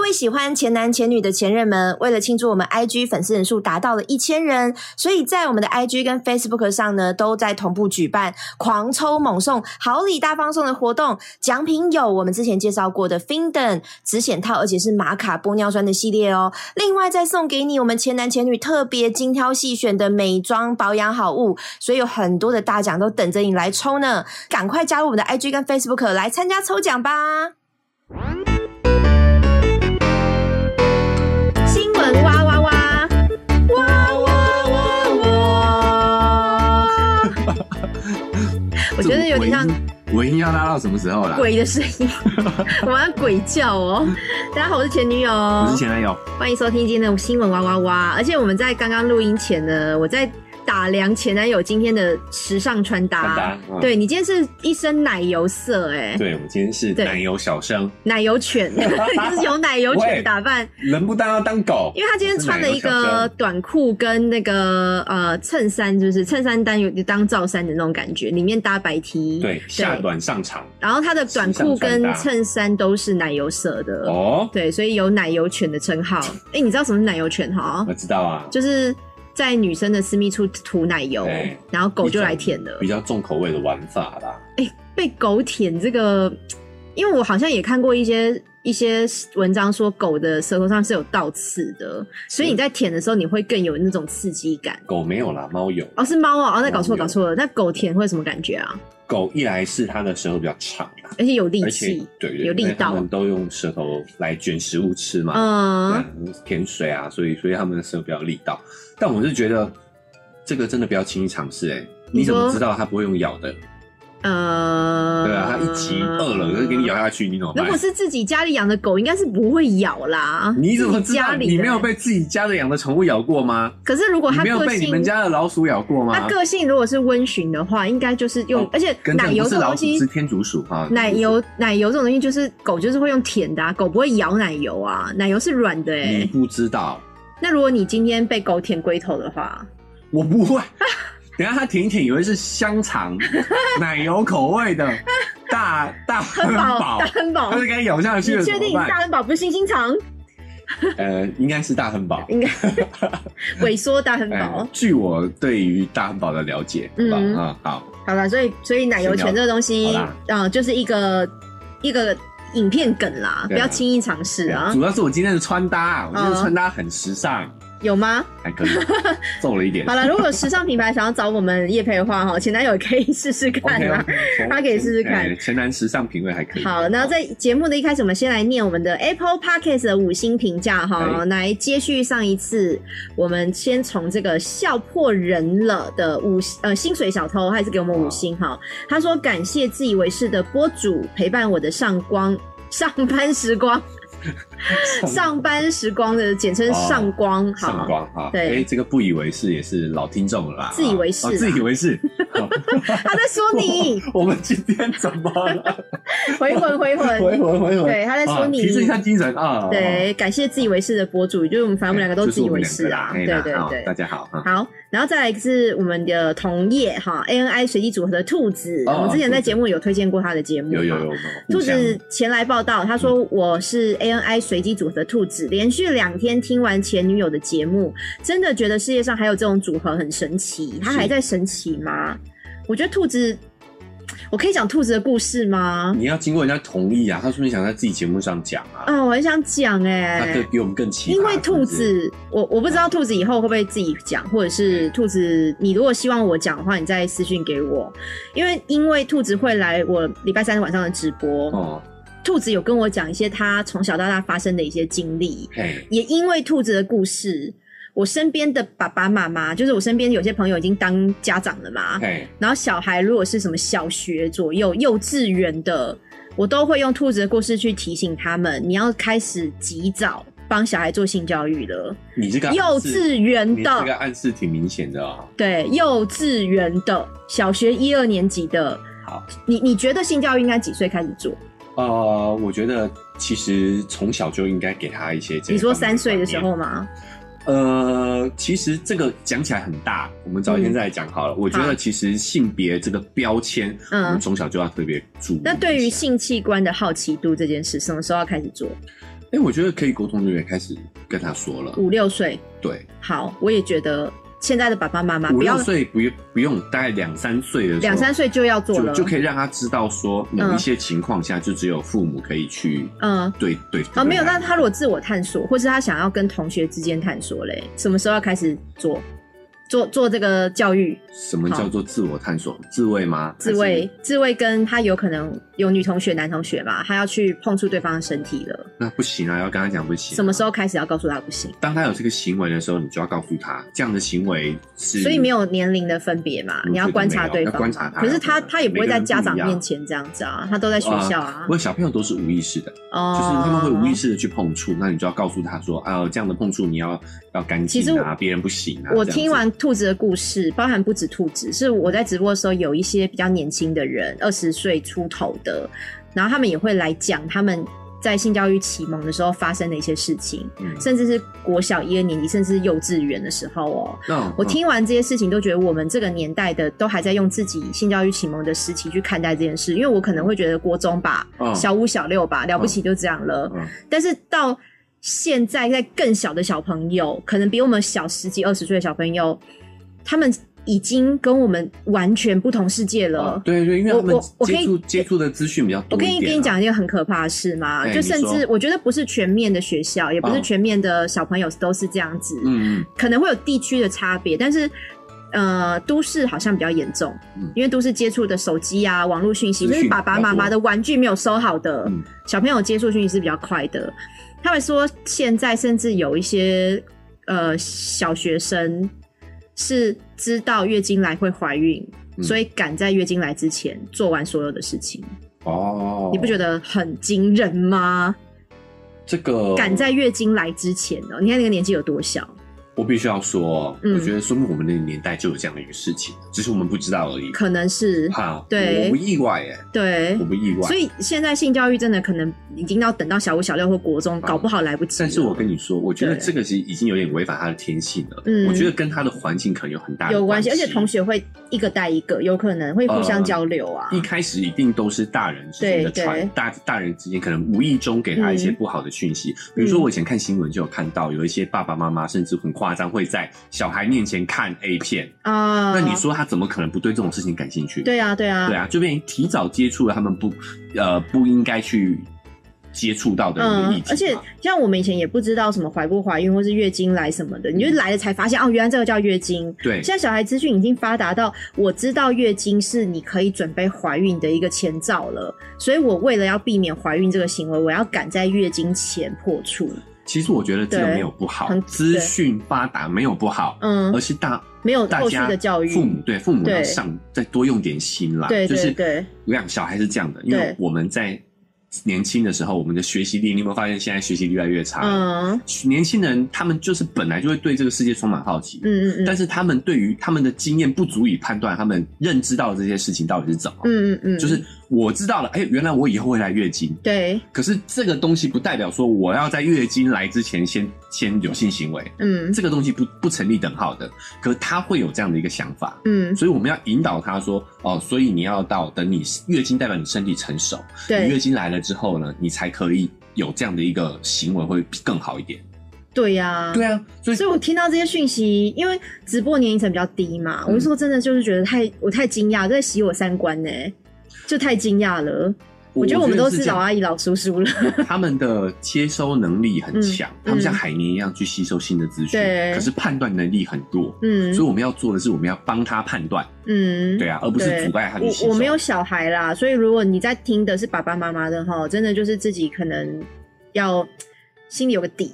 位喜欢前男前女的前任们，为了庆祝我们 IG 粉丝人数达到了一千人，所以在我们的 IG 跟 Facebook 上呢，都在同步举办狂抽猛送、好礼大放送的活动，奖品有我们之前介绍过的 Finden 止血套，而且是玛卡玻尿酸的系列哦。另外再送给你我们前男前女特别精挑细选的美妆保养好物，所以有很多的大奖都等着你来抽呢！赶快加入我们的 IG 跟 Facebook 来参加抽奖吧！新闻哇哇哇！哇哇哇哇！ 我觉得有点像这尾音尾音要拉到什么时候啦？鬼的声音，我要鬼叫哦！大家好，我是前女友，我是前男友，欢迎收听今天的新闻哇哇哇！而且我们在刚刚录音前呢，我在打量前男友今天的时尚穿搭。丹丹。嗯，对你今天是一身奶油色哎、对，我们今天是对奶油小生，奶油 犬，你是有奶油犬的喂打扮，人不当要当狗因。为他今天穿了一我是奶油小个短裤跟那个呃衬衫，就是衬衫单有当罩衫的那种感觉，里面搭白 T。对，下短上场然后他的短裤跟时尚穿搭衬衫都是奶油色的，哦，对，所以有奶油犬的称号。哎、你知道什么是奶油犬哈我？知道啊，就是在女生的私密处涂奶油对，然后狗就来舔了比。较重口味的玩法啦。被狗舔这个，因为我好像也看过一些一些文章说狗的舌头上是有倒刺的，所以你在舔的时候你会更有那种刺激感。狗没有啦，猫有。哦，是猫哦，哦，那搞错猫有搞错了。那狗舔会有什么感觉啊？狗一来是它的舌头比较长啦，而且有力而且气，对对，有力因为它道们都用舌头来卷食物吃嘛。嗯，嗯，甜水啊，所以所以他们的舌头比较有力道。但我是觉得这个真的不要轻易尝试哎，你你怎说么知道它不会用咬的？呃，啊对啊，它一急饿了，它给你咬。下去，你怎么如办果？是自己家里养的狗，应该是不会咬啦。你怎么自知己道家里的你没有？被自己家的养的宠物咬过吗？可是如果你它没有个被你性，们家的老鼠咬过它吗？个性如果是温驯的话，应该就是用，哦而且跟奶油不这种是老东鼠西是。天竺鼠哈，奶油奶油这种东西，就是狗就是会用舔的、啊，狗不会咬奶油啊，奶油是软的哎、你不知道，那如果你今天被狗舔龟头的话，我不 会。等一下它舔一舔，以为是香肠奶油口味的大大很汉饱堡大，汉堡它，就该咬下你去了，怎确定么办大？汉堡不是星星肠？呃，应该是大汉堡。应该萎缩大汉堡哎。据我对于大汉堡的了解，嗯嗯啊，好，好了，所以所以奶油犬这个东西好啦，嗯，就是一个一个影片梗啦，不对啊要轻易尝试啊，主要是我今天的穿搭，啊我今天的嗯穿搭很时尚，有吗？还 可以，皱了一点好。了，如果时尚品牌想要找我们叶培的话，哈，前男友也可以试试看啊 OK， 哦啦。 他可以试试看哎前男时尚品味还可以。好，那在节目的一开始，我们先来念我们的 Apple Podcast 的五星评价哈，哎来接续上一次，我们先从这个笑破人了的五呃薪水小偷，还是给我们五星哈。他说感谢自以为是的播主陪伴我的上光 上班时光，上班时光的简称上光，哦上好，光哈，对哎，这个不以为是也是老听众了啦，自以为是啊啦哦自以 为是。好他在说你 我们今天怎么了？回魂回回魂，回回回，对，他在说啊你提振一下精神啊。哎，对，感谢自以为是的博主，就是我们反正我们两个都就自是以我为们两是个啦啊，哎对啦对好对大。家好啊，好，然后再来是我们的同业哈，A N I 随机组合的兔子，哦我们之前在兔子节目有推荐过他的节目，有有有，。我们互兔相子前来报道，他说我是 A N I 随机组合的兔子，连续两天听完前女友的节目，真的觉得世界上还有这种组合很神奇。他还在神奇吗？我觉得兔子，我可以讲兔子的故事吗？你要经过人家同意啊，他说不定想在自己节目上讲啊，嗯，我很想讲哎、他更比我们更奇葩。因为兔是子，我我不知道兔子以后会不会自己讲，或者是嗯兔子，你如果希望我讲的话，你再私信给我。因为因为兔子会来我礼拜三晚上的直播，不是哦，兔子有跟我讲一些他从小到大发生的一些经历，嘿，也因为兔子的故事，我身边的爸爸妈妈，就是我身边有些朋友已经当家长了嘛，嘿，然后小孩如果是什么小学左右、幼稚园的，我都会用兔子的故事去提醒他们，你要开始及早帮小孩做性教育了。你这个暗示幼稚园你这的，个暗示挺明显的哦。对，幼稚园的，小学一二年级的。好，你你觉得性教育应该几岁开始做？呃，我觉得其实从小就应该给他一些这。你说三岁的时？候吗？呃，其实这个讲起来很大，我们早一天再来讲好了。我嗯觉好得其实性别这个标签，嗯我们从小就要特别注意一下。那对于性器官的好奇度这件事，什么时候要开始做？哎，我觉得可以沟通就可以开始跟他说了。五六岁，对，好，我也觉得现在的爸爸妈妈啊五不六要岁不用不用，大概两三岁的时候，两三岁就要做就了，就可以让他知道说，某嗯一些情况下就只有父母可以去嗯。对对哦，没有，对待那他如果自我探索，或是他想要跟同学之间探索嘞，什么时候要开始做？做做这个教育什么叫做自我探索？自慰吗？自慰，自慰跟他有可能有女同学、男同学嘛，他要去碰触对方的身体了。那不行啊，要跟他讲不行。什么时候开始要告诉他不行？当他有这个行为的时候，你就要告诉他，这样的行为是。所以没有年龄的分别嘛，嗯你要观察对要方观察嘛。他可是他对他也不会在家长每个人不一样面前这样子啊，他都在学校啊不。过小朋友都是无意识的，哦，就是他们会无意。识的去碰触，那你就要告诉他说，啊、这样的碰触你要要干其实净啊我，别人不行啊。我这样子听完兔子的故事，包含不止兔子，是我在直播的时候有一些比较年轻的人，二十岁出头的，然后他们也会来讲他们在性教育启蒙的时候发生的一些事情，嗯甚至是国小一二年级，甚至是幼稚园的时候哦。那我嗯听完这些事情，都觉得我们这个年代的都还在用自己性教育启蒙的时期去看待这件事，因为我可能会觉得国中吧、嗯小五、小六吧，了不起就这样了。嗯但是到现在，在更小的小朋友，可能比我们小十几、二十岁的小朋友，他们已经跟我们完全不同世界了。哦对对，因为我他们我我可以接触接触的资讯比较我多一可点啊、以跟你讲一件很可怕的事吗？哎就甚你至说我觉得不是全面的学校，也不是哦全面的小朋友都是这样子。嗯，嗯可能会有地区的差别，但是呃，都市好像比较严重，嗯因为都市接触的手机啊、网络讯息，资就讯是爸爸妈妈的玩具没有收好的，嗯小朋友接触讯息是比较快的。他们说，现在甚至有一些呃小学生是知道月经来会怀孕，嗯所以赶在月经来之前做完所有的事情，哦，你不觉得很惊人吗？这个赶在月经来之前哦，你看那个年纪有多小？我必须要说，嗯我觉得说明我们那个年代就有这样的一个事情，只是我们不知道而已。可能是好，对我不意外耶，对我，不意外。所以现在性教育真的可能已经要等到小五、小六或国中，啊搞不好来不及了。但是我跟你说，我觉得对这个其实已经有点违反他的天性了。嗯我觉得跟他的环境可能有很大的有关关呃系，而且同学会一个带一个，有可能会互相交流啊。一开始一定都是大人之间的对传对，嗯大大人之间可能无意中给他一些不好的讯息。比如说，我以前看新闻就有看到，有一些爸爸妈妈甚至很夸张，会在小孩面前看 A 片。啊，那你说他怎么可能不对这种事情感兴趣？对啊，对啊，对啊，就变成提早接触了他们不呃不应该去接触到的一个嗯议题嘛、，而且像我们以前也不知道什么怀不怀孕或是月经来什么的，你就来了才发现哦，原来这个叫月经。嗯对现在小孩资讯已经发达到，我知道月经是你可以准备怀孕的一个前兆了，所以我为了要避免怀孕这个行为，我要赶在月经前破处。其实我觉得这个对没有不好很，资讯发达没有不好，嗯而，是大没有大后续家的教育，父母对父母对要上再多用点心啦，对对就是对我想小孩是这样的，因为对我们在年轻的时候，我们的学习力，你有没有发现现在学习力越来越差？嗯年轻人他们就是本来就会对这个世界充满好奇，嗯嗯但嗯是他们对于他们的经验不足以判断他们认知到的这些事情到底是怎么。嗯嗯嗯，就是我知道了，哎、原来我以后会来月经，对，可是这个东西不代表说我要在月经来之前先先有性行为，嗯这个东西不不成立等号的。可他会有这样的一个想法，嗯所以我们要引导他说，哦，所以你要到等你月经代表你身体成熟，你月对经来了之后呢，你才可以有这样的一个行为会更好一点。对呀。对啊，所以嗯所以我听到这些讯息，因为直播年龄层比较低嘛，嗯我说真的就是觉得太我太惊讶，这在洗我三观呢、就太惊讶了。我觉得我们都是是这样老阿姨老叔叔了， 他们的接收能力很强，嗯他们像海绵一样去吸收新的资讯，对可是判断能力很弱。嗯所以我们要做的是，我们要帮他判断，嗯，对啊，而不是对阻碍他去吸收。我我没有小孩啦，所以如果你在听的是爸爸妈妈的哈，真的就是自己可能要心里有个底，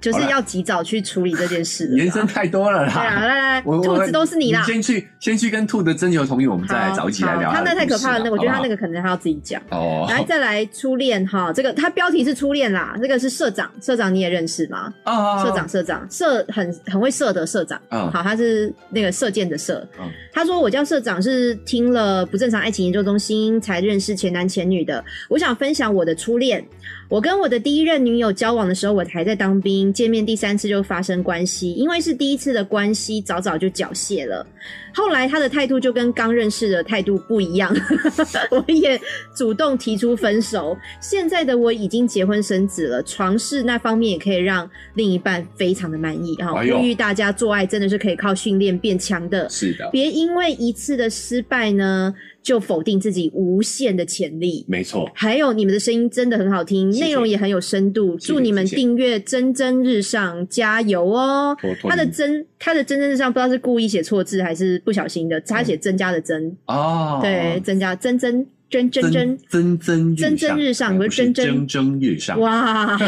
就是好啦要及早去处理这件事了啦。延伸太多了啦。 对啊，来来来， 我兔子都是你啦。 先去先去跟兔的征友同意，我们再来好找一起来聊啊好他那的太故可事怕了，那啦我觉得好他不那个可能他要自己讲。好哦，来，再来初恋哈，这个他标题是初恋啦，这个是社长，社长你也认识吗？ 啊社长，社长，社很很会社的社长，嗯好，他是那个射箭的射嗯。他说我叫社长是听了不正常爱情研究中心才认识前男前女的，我想分享我的初恋。我跟我的第一任女友交往的时候，我还在当兵，见面第三次就发生关系，因为是第一次的关系，早早就缴械了。后来他的态度就跟刚认识的态度不一样， 我也主动提出分手。现在的我已经结婚生子了，床事那方面也可以让另一半非常的满意啊！哎呦呼吁大家做爱真的是可以靠训练变强的，是的，别因为一次的失败呢，就否定自己无限的潜力。没错。还有你们的声音真的很好听，谢谢内容也很有深度，谢谢祝你们谢谢订阅蒸蒸日上，加油哦！托托他的尼蒸，他的蒸蒸日上，不知道是故意写错字还是不小心的，他写增加的增，哦，对，增加蒸蒸蒸蒸蒸蒸，蒸蒸蒸蒸日上哎不不是是蒸蒸蒸蒸日上， 哇，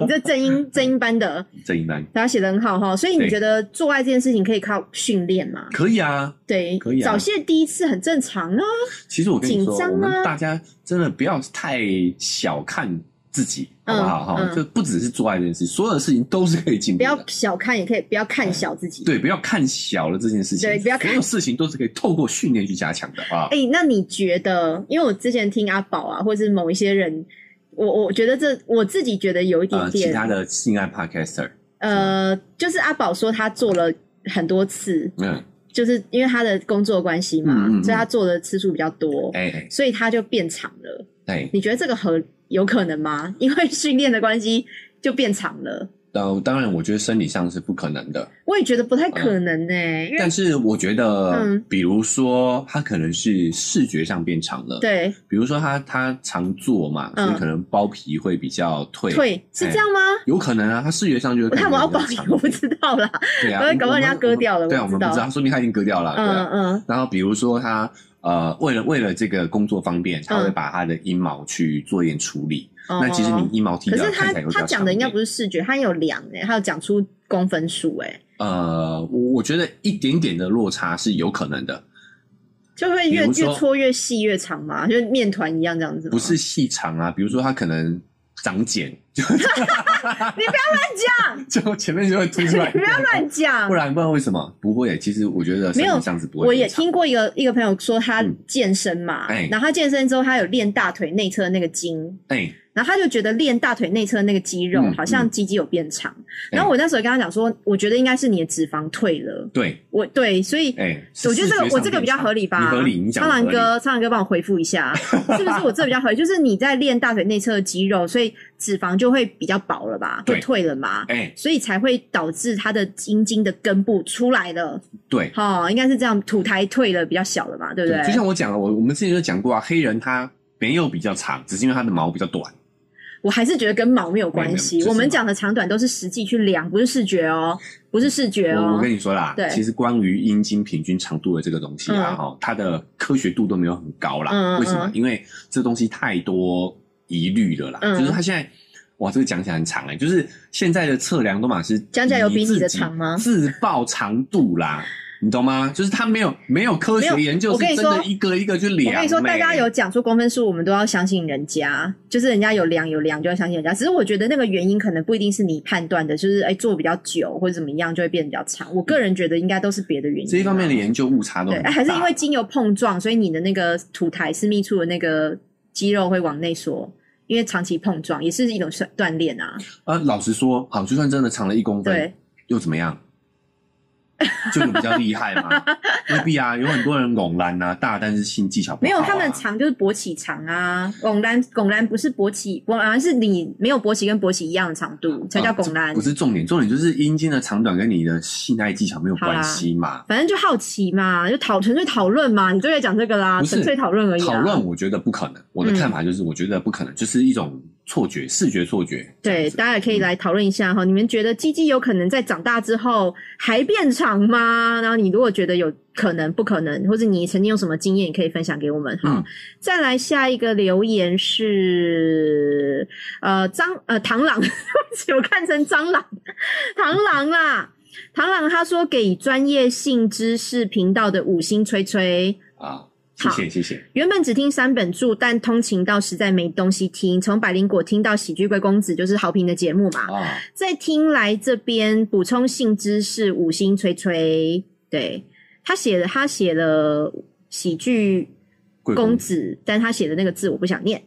你这正音正音班的，这一般大家写的很好哈，所以你对觉得做爱这件事情可以靠训练吗？可以啊。对，可以啊早泄第一次很正常啊，其实我跟你说，紧张啊我们大家真的不要太小看自己，好不好？哈、嗯嗯这不只是做爱这件事，所有的事情都是可以进步不要的。小看，也可以不要看小自己。对，不要看小了这件事情，对不要看所有事情都是可以透过训练去加强的啊。哎、那你觉得？因为我之前听阿宝啊，或是某一些人，我我觉得这我自己觉得有一点呃，其点，他的性爱 podcaster，呃，就是阿宝说他做了很多次，嗯，就是因为他的工作关系嘛，嗯嗯嗯所以他做的次数比较多，哎哎所以他就变长了。哎，你觉得这个合有可能吗？因为训练的关系就变长了，呃，当然，我觉得生理上是不可能的，我也觉得不太可能呢、因为哦但是我觉得，嗯比如说，它可能是视觉上变长了，，对比如说他他常坐嘛，嗯所以可能包皮会比较退，哎退是这样吗？有可能啊，他视觉上就会我看看起我来要比较报名长，我不知道啦。对啊，我会搞我不好们人家割掉了对啊，我我不们知道不知道，说明他已经割掉了，对嗯啊。嗯，然后比如说他呃，为了为了这个工作方便，他会嗯把他的阴毛去做一点处理。哦那其实你阴毛剃可掉，是啊看他起来会比他较讲的应该长一不点是视觉，他有量哎、他有讲出公分数哎、呃，我我觉得一点点的落差是有可能的，就会越比如说越搓越细越长嘛，就是面团一样这样子吗。不 是细长啊，比如说他可能长茧，就乱 就前面就会凸出讲，来 你，不要乱讲不。然不然为什么不会？其实我觉得没有身体上是不会我也变长听过一个一个朋友说他嗯健身嘛，哎然后他健身之后他有练大腿内侧的那个筋，哎，然后他就觉得练大腿内侧那个肌肉嗯好像肌肌有变长。哎然后我那时候跟他讲说，我觉得应该是你的脂肪退了，对，我对，所以哎，我觉得这是视个觉我上这个比较合理吧，变长你合理，你讲苍得合狼理哥，苍狼哥帮我回复一 下，是不是我这比较合理？就是你在练大腿内侧的肌肉，所以脂肪就会比较薄了吧，对会退了嘛，哎，所以才会导致它的阴茎的根部出来了。对，哦，应该是这样，土台退了比较小了嘛，对不就像我讲了，我我们之前就讲过啊，黑人他没有比较长，只是因为他的毛比较短。我还是觉得跟毛没有没有关没有系就。是我们毛讲的长短都是实际去量，不是视觉哦，不是视觉我哦我跟。你说啦对，其实关于阴茎平均长度的这个东西啊，嗯哈、它的科学度都没有很高啦。嗯嗯为什么嗯？因为这东西太多疑虑了啦。嗯就是它现在，哇，这个讲起来很长哎、就是现在的测量都嘛是讲起来有比自你的己长吗自报长度啦。你懂吗？就是它没有没有科学没有研究，我是跟你真的说一个一个去量、欸我跟你说，大家有讲出公分数，我们都要相信人家，就是人家有量有量就要相信人家。只是我觉得那个原因可能不一定是你判断的，就是哎做比较久或者怎么样就会变得比较长。我个人觉得应该都是别的原因、啊这一方面的研究误差都对，很大哎还是因为精油碰撞，所以你的那个土台私密处的那个肌肉会往内缩，因为长期碰撞也是一种算锻炼啊。啊，老实说，好，就算真的长了一公分，对，又怎么样？ 就有比较厉害 吗？未必啊，有很多人拱篮呐、啊，大但是性技巧不没好、有啊。他们长就是勃起长啊，拱栏拱栏不是勃起，拱栏是你没有勃起跟勃起一样的长度才叫啊拱栏。不是重点，重点就是阴茎的长短跟你的性爱技巧没有关系嘛。反正就好奇嘛，就讨纯粹讨论嘛，你就在讲这个啦，不是纯粹讨论而已、啊。讨论我觉得不可能，我的嗯看法就是我觉得不可能，就是一种错觉、视觉错觉。这嗯对，样子大家也可以来讨论一下哈。你们觉得鸡鸡有可能在长大之后还变长吗？然后你如果觉得有可能、不可能，或者你曾经有什么经验，也可以分享给我们哈。嗯再来下一个留言是呃蟑呃螳螂，对不起我看成蟑螂，螳螂啦，螳螂他说给专业性知识频道的五星吹吹。啊，谢谢谢谢，原本只听三本柱，但通勤到实在没东西听，从百灵果听到喜剧贵公子就是好评的节目嘛。啊，再听来这边补充性知识，五星吹吹。对他写了，他写了喜剧贵公公子子，但他写的那个字我不想念，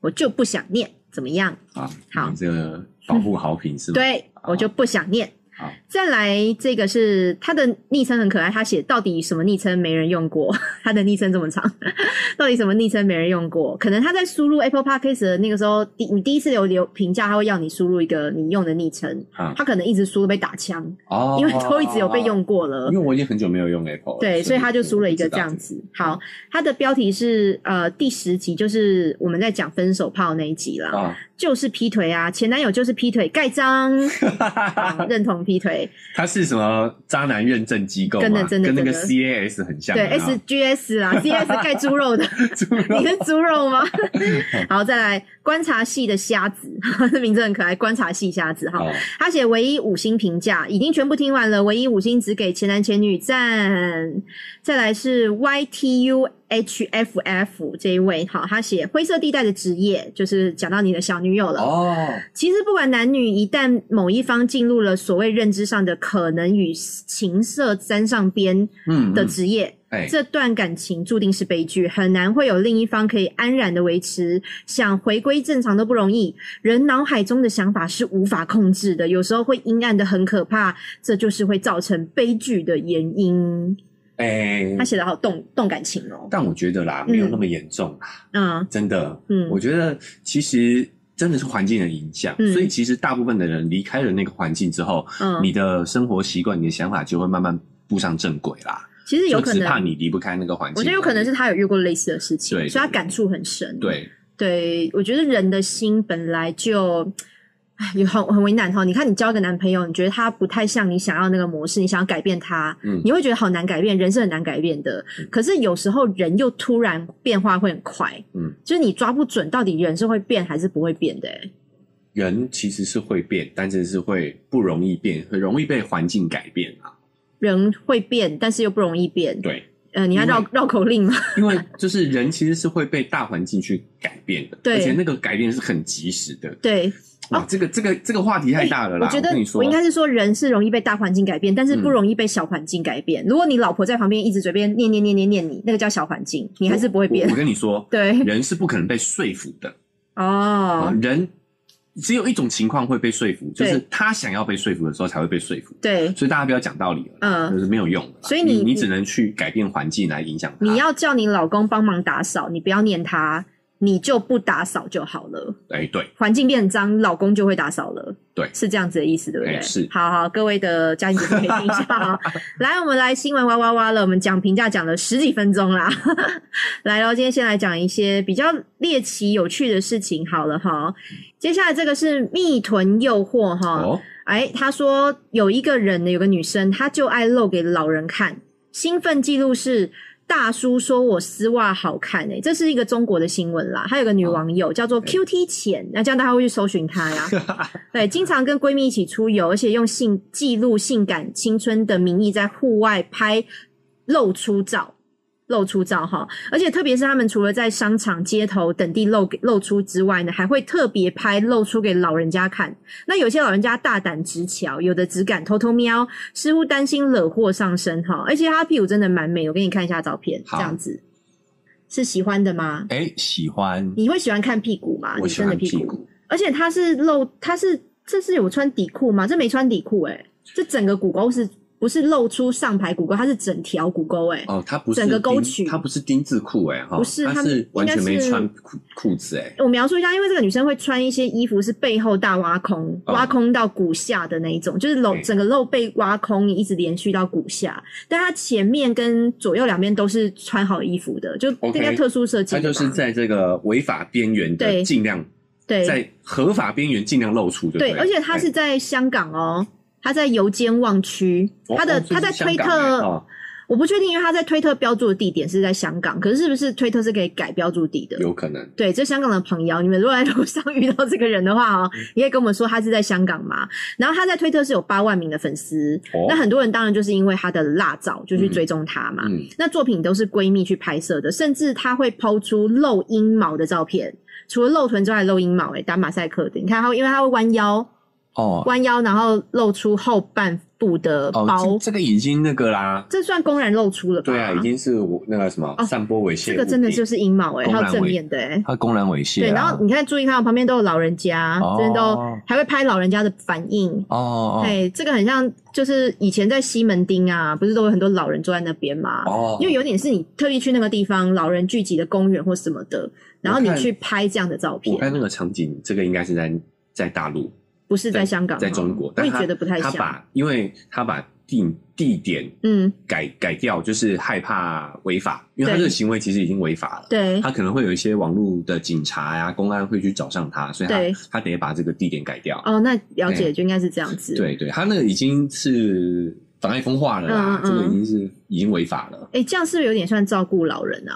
我就不想念。怎么样？啊，好你这个保护好品是吗？，对我就不想念好。再来，这个是他的昵称很可爱，他写到底什么昵称没人用过？ 他的昵称这么长， 到底什么昵称没人用过？可能他在输入 Apple Podcast 的那个时候，第你第一次留留评价，他会要你输入一个你用的昵称，啊，他可能一直输入被打枪，哦，因为都一直有被用过了。因为我已经很久没有用 Apple 了，对，所以他就输了一个我这不知道样子。好，他的标题是呃第十集，就是我们在讲分手炮那一集啦，啊，就是劈腿啊，前男友就是劈腿，盖章、好认同劈腿，他是什么渣男认证机构吗？真的真的跟那个真的 CAS 很像，啊对有没 有 SGS 啦，CS 啊盖猪 肉的，猪肉你是猪肉吗？嗯好，再来观察系的瞎子， 这名字很可爱，观察系瞎子哈。 哦他写唯一五星评价，已经全部听完了，唯一五星只给前男前女赞。再来是 Y T U H F F 这一位，好，他写灰色地带的职业，就是讲到你的小女友了。哦，其实不管男女，一旦某一方进入了所谓认知上的可能与情色沾上边嗯的嗯职业，哎，这段感情注定是悲剧，很难会有另一方可以安然的维持，想回归正常都不容易。人脑海中的想法是无法控制的，有时候会阴暗的很可怕，这就是会造成悲剧的原因。哎他，写的好动动感情哦，但我觉得啦，没有那么严重啦，嗯真的，嗯我觉得其实。真的是环境的影响，嗯所以其实大部分的人离开了那个环境之后，你嗯，的生活习惯、你的想法就会慢慢步上正轨啦。其实有就可只怕能，你离不开那个环境而我已，觉得有可能是他有遇过类似的事情，对所以他对感触很深。对，对，我觉得人的心本来就。哎，有很很为难哈。你看，你交一个男朋友，你觉得他不太像你想要那个模式，你想要改变他，嗯你会觉得好难改变，人是很难改变的。可是有时候人又突然变化会很快，嗯，就是你抓不准到底人是会变还是不会变的、欸。人其实是会变，但是是会不容易变，很容易被环境改变啊。人会变，但是又不容易变。对，呃，你要绕因为绕口令吗？ 因为就是人其实是会被大环境去改变的，对而且那个改变是很及时的。对，哇，这个这个这个话题太大了啦！哎我觉得跟你说，我应该是说，人是容易被大环境改变，但是不嗯容易被小环境改变。如果你老婆在旁边一直嘴边念念念念念你，那个叫小环境，你还是不会变我。我跟你说， 对，人是不可能被说服的啊、 哦，人只有一种情况会被说服，就对是他想要被说服的时候才会被说服。对，所以大家不要讲道理了，嗯就是没有用的啦。所以你你只能去改变环境来影响他。你要叫你老公帮忙打扫，你不要念他，你就不打扫就好了。哎、对，环境变脏，老公就会打扫了。对是这样子的意思，对不对？哎是好好，各位的家庭主妇可以听一下 啊。来，我们来新闻哇哇哇了，我们讲评价讲了十几分钟 啦。来喽，今天先来讲一些比较猎奇有趣的事情好了哈。接下来这个是蜜臀诱惑哈。哦，哎，他说有一个人呢，有个女生，她就爱露给老人看。兴奋记录是大叔说我丝袜好看哎、这是一个中国的新闻啦。还有个女网友叫做 QT 浅，那这样大家会去搜寻她呀。对，经常跟闺蜜一起出游，而且用性记录性感青春的名义在户外拍露出照。露出照哈，而且特别是他们除了在商场、街头等地露给露出之外呢，还会特别拍露出给老人家看。那有些老人家大胆直瞧，有的只敢偷偷瞄，似乎担心惹祸上身哈。而且他屁股真的蛮美，我给你看一下照片，这好样子是喜欢的吗？哎、喜欢，你会喜欢看屁股吗？我女喜生的欢屁屁股，股，而且他是露，他是这是有穿底裤吗？这没穿底裤诶、这整个骨沟是不是露出上排骨沟？它是整条骨沟哎诶、哦，它不是整个沟丁渠它不是丁字裤哎、哈，不是它它是完全应该没是穿裤裤子哎、我描述一下，因为这个女生会穿一些衣服是背后大挖空，哦挖空到骨下的那一种，就是露嗯整个露背挖空，一直连续到骨下。但她前面跟左右两边都是穿好衣服的，就 OK，应该特殊设计它的吧。就是在这个违法边缘的对尽量，对在合法边缘尽量露出就对，了而且她是哎在香港哦，她在油尖旺区，哦她的哦所以她在是香推港哎特，哦，我不确定，因为她在推特标注的地点是在香港，可是是不是推特是可以改标注地的？有可能对，这香港的朋友，你们如果在路上 遇到这个人的话哦，嗯你可以跟我们说他是在香港嘛。然后他在推特是有八万名的粉丝，哦那，很多人当然就是因为他的辣照就去追踪他嘛。嗯，那作品都是闺蜜去拍摄的，甚至她会抛出露阴毛的照片，除了露臀之外，露阴毛、欸，打马赛克的。你看她会，因为她会弯腰，哦，弯腰，然后露出后半布的哦，包，这这个已经那个啦，这算公然露出了吧？对啊，已经是我那个什么、哦散播猥亵物这品，个真的就是阴谋哎，公还然有正猥面的哎、他公然猥亵、啊，对，然后你看，注意看，哦旁边都有老人家，哦这边都还会拍老人家的反应。哦哦对，这个很像，就是以前在西门町啊，不是都有很多老人坐在那边嘛？哦，因为有点是你特意去那个地方，老人聚集的公园或什么的，然后你我看去拍这样的照哦我看片，那个场景，这个应该是在在大陆，不是在香港吗，在中国，我但也他觉得不太他像。把，因为他把地地点嗯，改改掉，就是害怕违法，因为他对这个行为其实已经违法了。对他可能会有一些网络的警察呀、公安会去找上他，所以他对他得把这个地点改掉。哦，那了解对就应该是这样子。，哎对对，他那个已经是妨碍风化了嗯嗯啦，嗯这个已经是已经违法了。哎，这样是不是有点算照顾老人啊？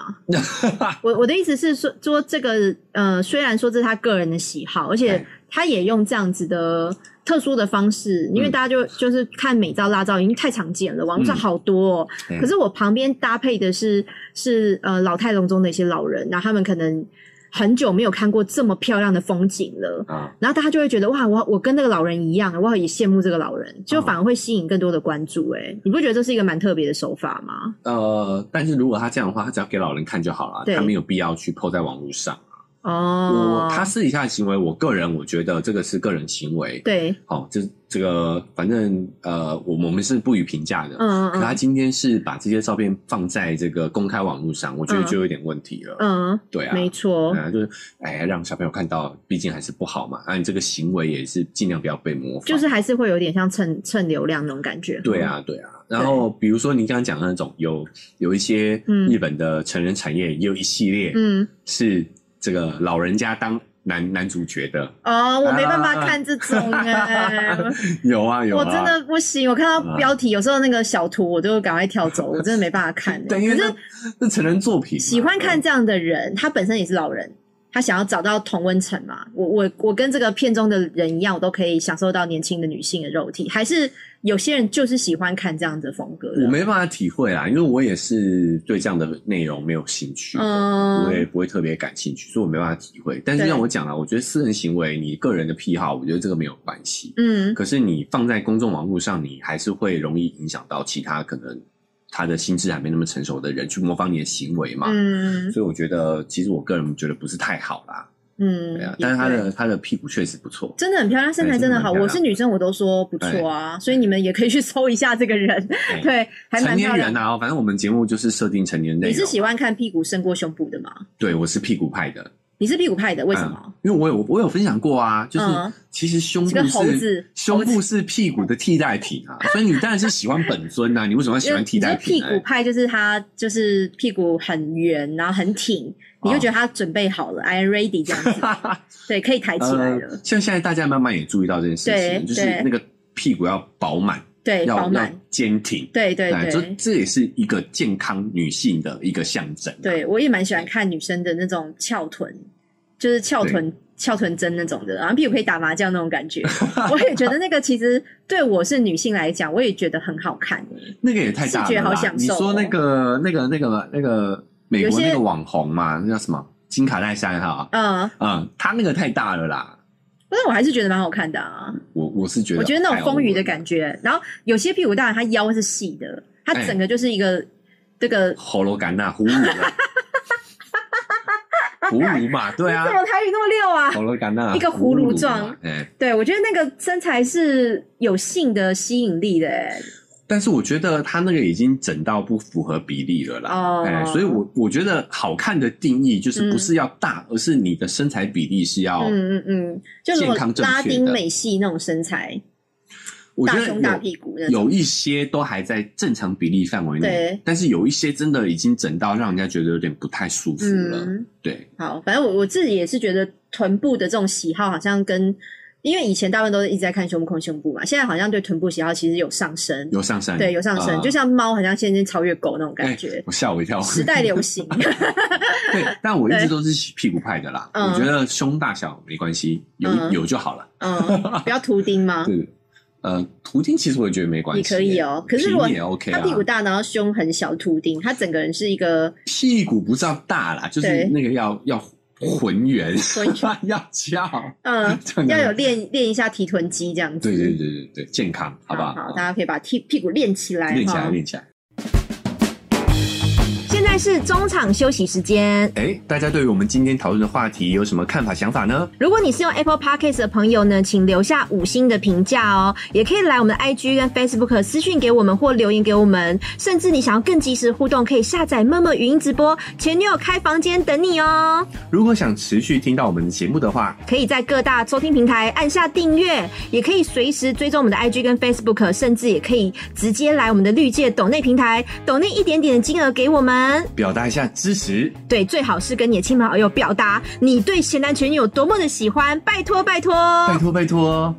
我我的意思是说，说这个呃，虽然说这是他个人的喜好，而且对他也用这样子的特殊的方式，因为嗯大家就就是看美照、辣照已经太常见了，网络上嗯好多、哦。对可是我旁边搭配的是是呃老态龙钟的一些老人，然后他们可能很久没有看过这么漂亮的风景了。啊，然后大家就会觉得哇，我我跟那个老人一样，我也羡慕这个老人，哦就反而会吸引更多的关注、欸。哎、你不觉得这是一个蛮特别的手法吗？呃，但是如果他这样的话，他只要给老人看就好了，对他没有必要去 PO 在网络上。哦我，他私底下的行为，我个人我觉得这个是个人行为，对，好、这哦这个反正呃，我我们是不予评价的。嗯可嗯他嗯今天是把这些照片放在这个公开网络上，我觉得就有点问题了。嗯。对啊，没错，啊，就是哎呀，让小朋友看到，毕竟还是不好嘛。那、你这个行为也是尽量不要被模仿。就是还是会有点像蹭蹭流量那种感觉。对，啊，对啊。然后比如说你刚刚讲的那种，有有一些嗯日本的成人产业，也有一系列嗯，是这个老人家当男男主角的， 哦，我没办法啊看这种哎、有啊有啊。我真的不行，我看到啊标题，有时候那个小图我就赶快跳走，我真的没办法看、欸。对，因为可那是那成人作品嘛喜欢看这样的人，他本身也是老人，他想要找到同温层嘛。我我我跟这个片中的人一样，我都可以享受到年轻的女性的肉体。还是有些人就是喜欢看这样子的风格的。我没办法体会啊啦，因为我也是对这样的内容没有兴趣的，嗯我也不会特别感兴趣，所以我没办法体会。但是对像我讲了，我觉得私人行为，你个人的癖好，我觉得这个没有关系。嗯，可是你放在公众网络上，你还是会容易影响到其他可能他的心智还没那么成熟的人去模仿你的行为嘛。嗯所以我觉得，其实我个人觉得不是太好啦。嗯，对啊，也但是他对的他的屁股确实不错。真的很漂亮，身材真的好。对真的蛮漂亮我是女生，我都说不错啊，所以你们也可以去搜一下这个人，哎对，还成蛮年漂亮人的。啊，反正我们节目就是设定成年内容。啊你是喜欢看屁股胜过胸部的吗？对，我是屁股派的。你是屁股派的，为什么？因为我有我有分享过啊，就是嗯其实胸这部个是、猴子胸部是屁股的替代品啊， 所以你当然是喜欢本尊啊呐、你为什么要嗯喜因为欢替代你品说呢、屁股派就是他就是屁股很圆，然后很挺，哦你就觉得他准备好了、i m ready 这样 子，对，可以抬起来了，呃，像现在大家慢慢也注意到这件事对情，就是对那个屁股要饱满，对，要饱要满，坚挺，对对哎这对。这也是一个健康女性的一个象征、，啊对，我也蛮喜欢看女生的那种翘臀，就是翘臀翘臀针那种的，然后屁股可以打麻将那种感觉。我也觉得那个其实对我是女性来讲，我也觉得很好 看耶。那个也太大视觉了好啦享。你受说哦那个那个那个那个美国有些那个网红嘛，那叫什么金卡戴珊哈、嗯，嗯，他那个太大了啦。但我还是觉得蛮好看的啊。我我是觉得，我觉得那种丰腴的感觉，觉，然后有些屁股大，它腰是细的，它哎整个就是一个、这个。喉咙感呐，葫芦 啦，葫芦嘛，对啊哦怎，么台语那么溜啊？喉咙感呐，一个葫芦嘛状，哎，对，我觉得那个身材是有性的吸引力的耶，但是我觉得他那个已经整到不符合比例了哦啦，哎，所以我我觉得好看的定义就是不是要大，而是你的身材比例是要，嗯嗯嗯，就如果健康正确的拉丁美系那种身材，我觉大得胸大有屁股那种。有一些都还在正常比例范围内对，但是有一些真的已经整到让人家觉得有点不太舒服了，嗯，对，好，反正我我自己也是觉得臀部的这种喜好好像跟，因为以前大部分都是一直在看胸部、看胸部嘛，现在好像对臀部喜好其实有上升，有上升，对，有上升，啊就像猫好像现在超越狗那种感哎觉，我吓我一跳，时代流 行。对，但我一对直都是屁股派的啦。嗯我觉得胸大小没关系，有、嗯有就好了。嗯，不要图钉吗？对，呃，图钉其实我也觉得没关系，你可以哦可是如果平也 OK 他啊。屁股大，然后胸很小，图钉，他整个人是一个屁股不是要大啦，就是对那个要要浑圆，浑 要翘，嗯，这样要子有练练一下提臀肌这样子。对对对对对，健康，好不好好？大家可以把屁屁股练起来，练起哈来，练起来。现在是中场休息时间。哎，大家对于我们今天讨论的话题有什么看法、想法呢？如果你是用 Apple Podcast 的朋友呢，请留下五星的评价哦，也可以来我们的 IG 跟 Facebook 私讯给我们或留言给我们，甚至你想要更及时互动，可以下载陌陌语音直播，前女友开房间等你哦。如果想持续听到我们的节目的话，可以在各大收听平台按下订阅，也可以随时追踪我们的 IG 跟 Facebook，甚至也可以直接来我们的绿界抖内平台抖内一点点的金额给我们。表达一下支持。对，最好是跟你的亲朋好友表达你对咸男前女有多么的喜欢，拜托拜托。拜托哦拜托。哦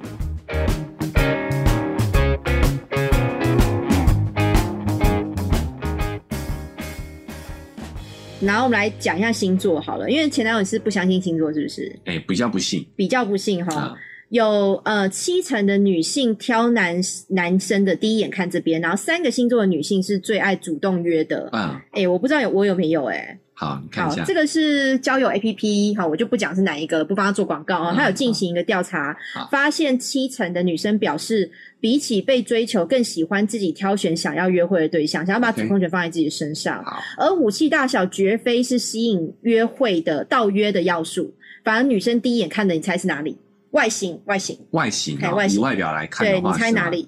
然后我们来讲一下星座好了，因为前男友是不相信星座，是不是？哎，比较不信比较不信哈。啊，有呃七成的女性挑男男生的第一眼看这边，然后三个星座的女性是最爱主动约的。哎、嗯，我不知道有我有没有哎、好，你看好一下，这个是交友 APP，好，我就不讲是哪一个了，不帮他做广告啊。嗯他有进行一个调查，好发现七成的女生表示，比起被追求，更喜欢自己挑选想要约会的对象，想要把 OK 主控权放在自己身上。好，而武器大小绝非是吸引约会的到约的要素，反而女生第一眼看的，你猜是哪里？外形，外形，外形哎啊，外以形外表来看对的你话，猜是哪吗？里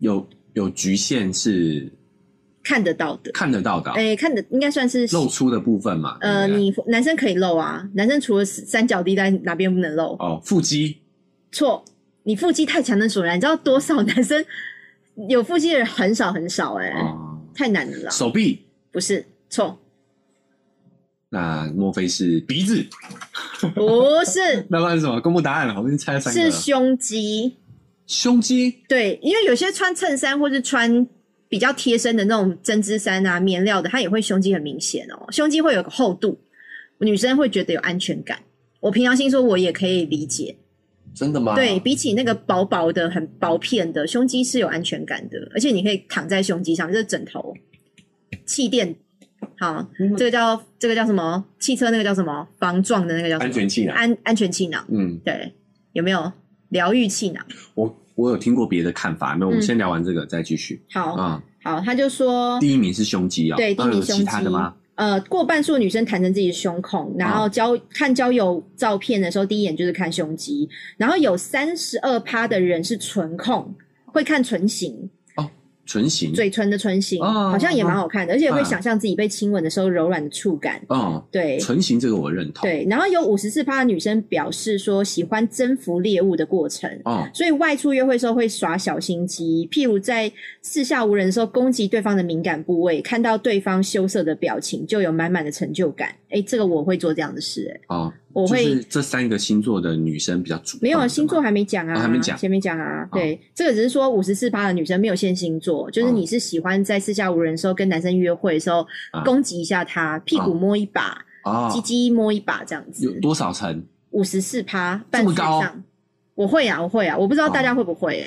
有有局限是看得到的？看得到的啊，哎、看的应该算是露出的部分嘛？呃，对不对你男生可以露啊，男生除了三角地带哪边不能露？哦，腹肌错，你腹肌太强能所难，你知道多少男生有腹肌的人很少很少哎、哦，太难了啦，手臂，不是 错，那莫非是鼻子？不是那不然是什么？公布答案了，我们猜三个是了，胸肌。胸肌。对，因为有些穿衬衫或是穿比较贴身的那种针织衫啊、棉料的，它也会胸肌很明显哦，胸肌会有个厚度，女生会觉得有安全感。我平常心说，我也可以理解，真的吗？对比起那个薄薄的、很薄片的胸肌是有安全感的，而且你可以躺在胸肌上，这是枕头、气垫，好，嗯这个叫这个叫什么？汽车那个叫什么？防撞的那个叫什么安全气囊。安安全气囊，嗯，对，有没有疗愈气囊？我我有听过别的看法，那我们嗯先聊完这个再继续好、啊。好，他就说第一名是胸肌啊，对，第一那名有胸其肌他的吗？啊呃，过半数女生谈成自己的胸控，然后交、看交友照片的时候，第一眼就是看胸肌，然后有三十二趴的人是唇控，会看唇形，唇形。嘴唇的唇形，哦好像也蛮好看的，而且会嗯想象自己被亲吻的时候柔软的触感，嗯，对。唇形这个我认同。，对，然后有五十四趴的女生表示说喜欢征服猎物的过程，哦，所以外出约会的时候会耍小心机，譬如在四下无人的时候攻击对方的敏感部位，看到对方羞涩的表情就有满满的成就感。哎，这个我会做这样的事、诶哦，我会、就是这三个星座的女生比较主动。没有啊，星座，还没讲啊，哦还没讲前面讲啊，对，这个只是说五十四趴的女生没有限星座，哦就是你是喜欢在四下无人的时候跟男生约会的时候、啊攻击一下他，屁股摸一把，哦鸡，鸡摸一把这样子有，多少层？五十四趴这半么数以高哦上，我会啊，我会啊，我不知道大家会不会、诶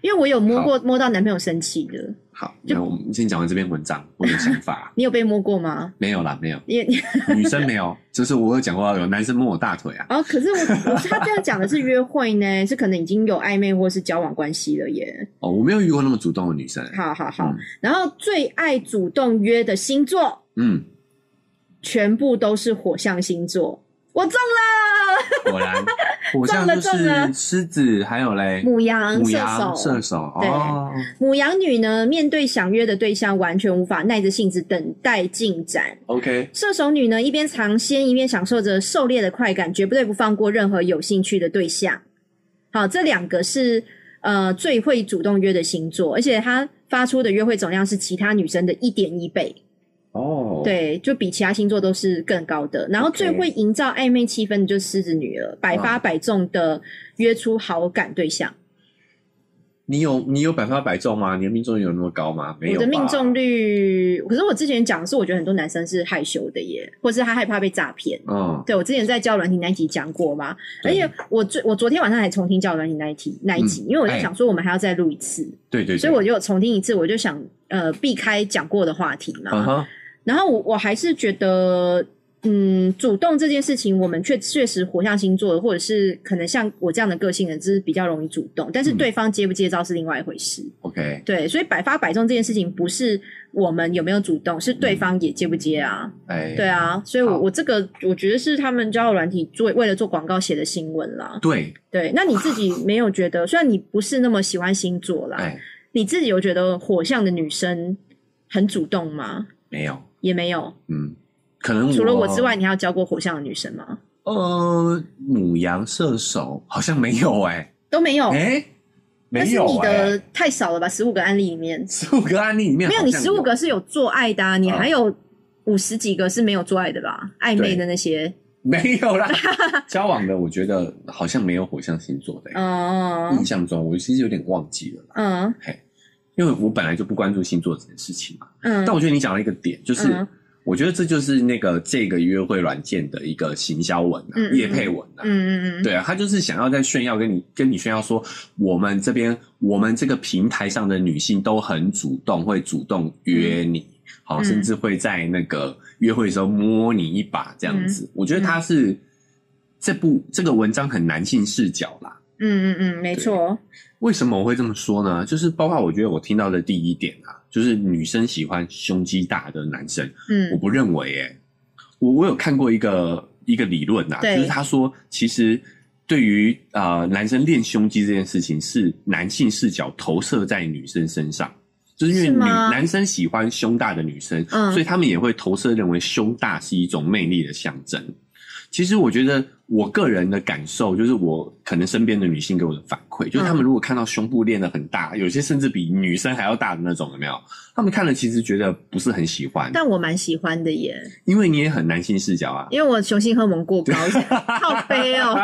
因为我有摸过摸到男朋友生气的。。好，那我们先讲完这篇文章，我有想法啊你有被摸过吗？ 没有啦，没有，你 你，女生没有，就是我有讲过有男生摸我大腿啊哦，可是我我他这样讲的是约会呢， 是可能已经有暧昧或是交往关系了耶。哦，我没有遇过那么主动的女生。好好好，嗯然后最爱主动约的星座嗯，全部都是火象星座，我中了， 果然，火象中了就中了是狮子，还有嘞，母羊母射羊、射手。手，对哦，母羊女呢，面对想约的对象，完全无法耐着性子等待进展。 OK，射手女呢，一边尝鲜一边享受着狩猎的快感，绝不对不放过任何有兴趣的对象。好，这两个是呃最会主动约的星座，而且她发出的约会总量是其他女生的一点一倍，哦，，对，就比其他星座都是更高的。然后 OK 啊最会营造暧昧气氛的就是狮子女了，百发百中的约出好感对象。你有你有百发百中吗？你的命中率有那么高吗？没有我吧，的命中率，可是我之前讲的是，我觉得很多男生是害羞的耶，或是他害怕被诈骗。嗯，对，我之前在教软体那一集讲过嘛，而对且我昨我昨天晚上还重听教软体那一集那一集，因为我在哎想说我们还要再录一次，对对对，所以我就重听一次，我就想呃避开讲过的话题嘛。嗯哼，然后我我还是觉得嗯，主动这件事情，我们确确实火象星座，或者是可能像我这样的个性人，就是比较容易主动，但是嗯对方接不接招是另外一回事。 OK，对，所以百发百中这件事情，不是我们有没有主动，是对方也接不接啊？哎，对啊，所以我嗯好我这个我觉得是他们交友软体做为了做广告写的新闻啦。对，对，那你自己没有觉 得，虽然你不是那么喜欢星座啦，哎，你自己有觉得火象的女生很主动吗？没有，也没有，嗯，哦可能除了我之外，，你还有交过火象的女生吗？呃，母羊射手好像没有哎，都没有，哎，但没哦是有你哎，的太少了吧？十五个案例里面，十五个案例里面没有，好你像十五个是有做爱的、啊，你嗯还有五十几个是没有做爱的吧？暧昧的那些，没有 啦，交往的我觉得好像没有火象星座的欸，哦，印象中我其实有点忘记了啦，嗯因为我本来就不关注星座这件事情嘛。嗯，但我觉得你讲了一个点，就是、嗯我觉得这就是那个这个约会软件的一个行销文啊嗯嗯，嗯业、配文嗯啊。嗯嗯，对啊，他就是想要在炫耀跟你跟你炫耀说，我们这边我们这个平台上的女性都很主动，会主动约你，好、嗯甚至会在那个约会的时候摸你一把这样嗯子。我觉得他是、这部这个文章很男性视角啦，嗯嗯嗯，没错，为什么我会这么说呢？就是包括我觉得我听到的第一点啊，就是女生喜欢胸肌大的男生，我嗯不认为耶、我我有看过一个一个理论啊，就对是他说其实对于呃男生练胸肌这件事情，是男性视角投射在女生身上。就是因为是女吗男生喜欢胸大的女生，嗯所以他们也会投射认为胸大是一种魅力的象征。其实我觉得我个人的感受就是，我可能身边的女性给我的反馈，就是她嗯们如果看到胸部练得很大，有些甚至比女生还要大的那种，有没有？她们看了其实觉得不是很喜欢，但我蛮喜欢的耶，因为你也很男性视角啊。因为我雄性荷尔蒙 过高，靠背哦。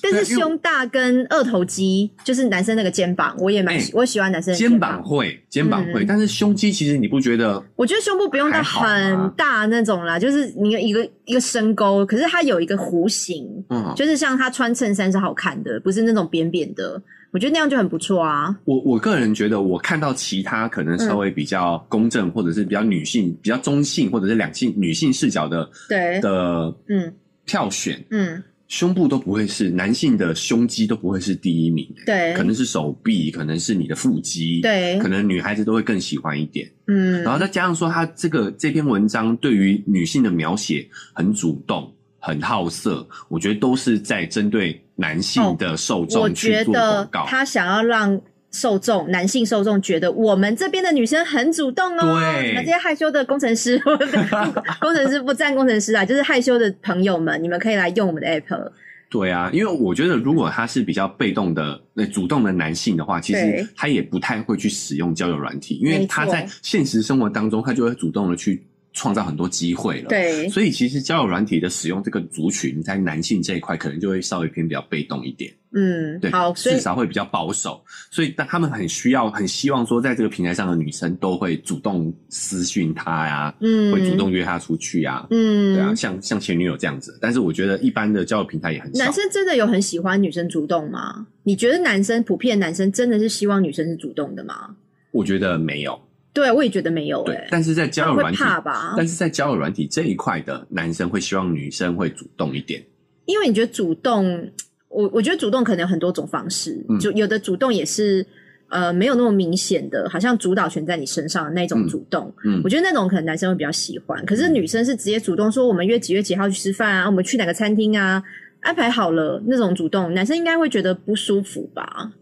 但是胸大跟二头肌，就是男生那个肩膀，我也蛮喜、哎我喜欢男生的肩膀膀。会，肩膀会，嗯但是胸肌其实你不觉得？我觉得胸部不用到还好啊很大那种啦，就是你有一个一个深沟，可是它有一个弧形，嗯，就是像他穿衬衫是好看的，不是那种扁扁的。我觉得那样就很不错啊。我我个人觉得，我看到其他可能稍微比较公正，或者是比较女性、比较中性，或者是两性女性视角的对，的嗯票选，嗯，胸部都不会是男性的胸肌都不会是第一名、对，可能是手臂，可能是你的腹肌，，对可，能女孩子都会更喜欢一点。嗯，然后再加上说，他这个这篇文章对于女性的描写很主动、很好色，我觉得都是在针对男性的受哦我众去觉做得广告。他想要让受众男性受众觉得我们这边的女生很主动哦，对你们这些害羞的工程师， 工程师不占工程师啊，就是害羞的朋友们，你们可以来用我们的 app。对啊，因为我觉得如果他是比较被动的、呃主动的男性的话，其对实他也不太会去使用交友软体，因为没他错在现实生活当中，他就会主动的去创造很多机会了。。对，所以其实交友软体的使用这个族群，在男性这一块可能就会稍微偏比较被动一点。嗯对，，好，所以至少会比较保守，所以但他们很需要、很希望说，在这个平台上的女生都会主动私讯他呀、嗯，会主动约他出去呀、嗯，对啊，像像前女友这样子。但是我觉得一般的交友平台也很少男，生真的有很喜欢女生主动吗？你觉得男生普遍男生真的是希望女生是主动的吗？我觉得没有。对，我也觉得没有哎、对，但是在交他友们软会体，怕吧？但是在交友软体这一块的男生会希望女生会主动一点。因为你觉得主动，我我觉得主动可能有很多种方式，嗯就有的主动也是呃没有那么明显的，好像主导权在你身上的那种嗯主动。嗯我，觉得那种可能男生会比较喜欢，可是女生是直接主动说我们约几月几号去吃饭啊，我们去哪个餐厅啊，安排好了那种主动，男生应该会觉得不舒服吧？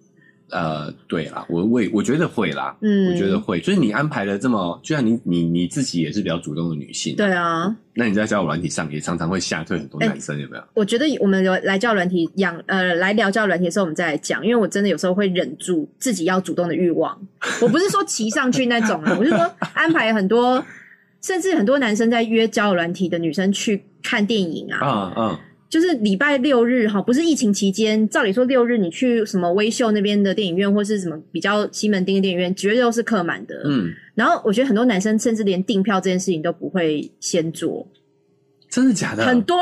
呃，对啦，我我也我觉得会啦。嗯，我觉得会，就是你安排的这么，就像你你你自己也是比较主动的女性，对哎啊，那你在交友软体上也常常会吓退很多男生，有没有？我觉得我们有来教软体养呃来聊教软体的时候，我们再来讲，因为我真的有时候会忍住自己要主动的欲望。我不是说骑上去那种啊，我是 说安排很多，甚至很多男生在约交友软体的女生去看电影啊，嗯嗯，就是礼拜六日哈，不是疫情期间，照理说六日你去什么微秀那边的电影院或是什么比较西门町的电影院，绝对都是客满的。嗯，然后我觉得很多男生甚至连订票这件事情都不会先做，真的假的？很多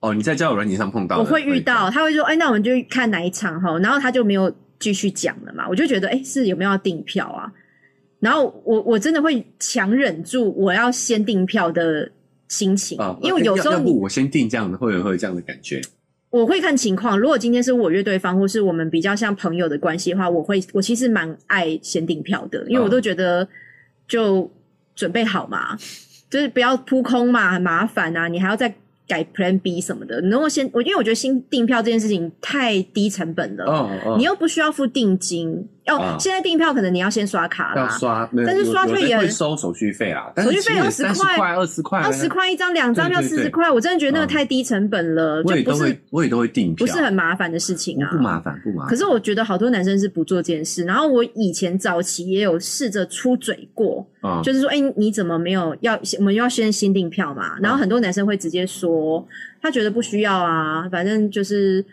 哦，你在交友软件上碰到的？我会遇到，他会说，哎，那我们就看哪一场哈，然后他就没有继续讲了嘛，我就觉得，哎，是有没有要订票啊？然后我我真的会强忍住我要先订票的心情，啊，因为有时候要要你不我先定这样的，会有会有这样的感觉。我会看情况，如果今天是我乐队方，或是我们比较像朋友的关系的话，我会我其实蛮爱先订票的，因为我嗯都觉得就准备好嘛，就是不要扑空嘛，很麻烦啊，你还要再改 Plan B 什么的。你能够先我，因为我觉得新订票这件事情太低成本了，哦哦，呃你又不需要付定金。哦，啊现在订票可能你要先刷卡要啦，刷，没有啊但是有刷有退的也会很收手续费啦，手续费有20块块、二十块、二十。块一张，两张对票对四对十块，我真的觉得那个嗯太低成本了，我也就不都是会，我也都会订不票，是很麻烦的事情啊，不麻烦，不麻烦。可是我觉得好多男生是不做这件事，然后我以前早期也有试着出嘴过，嗯就是说，哎、你怎么没有要？我们要先新订票嘛。然后很多男生会直接说，他觉得不需要啊，反正就是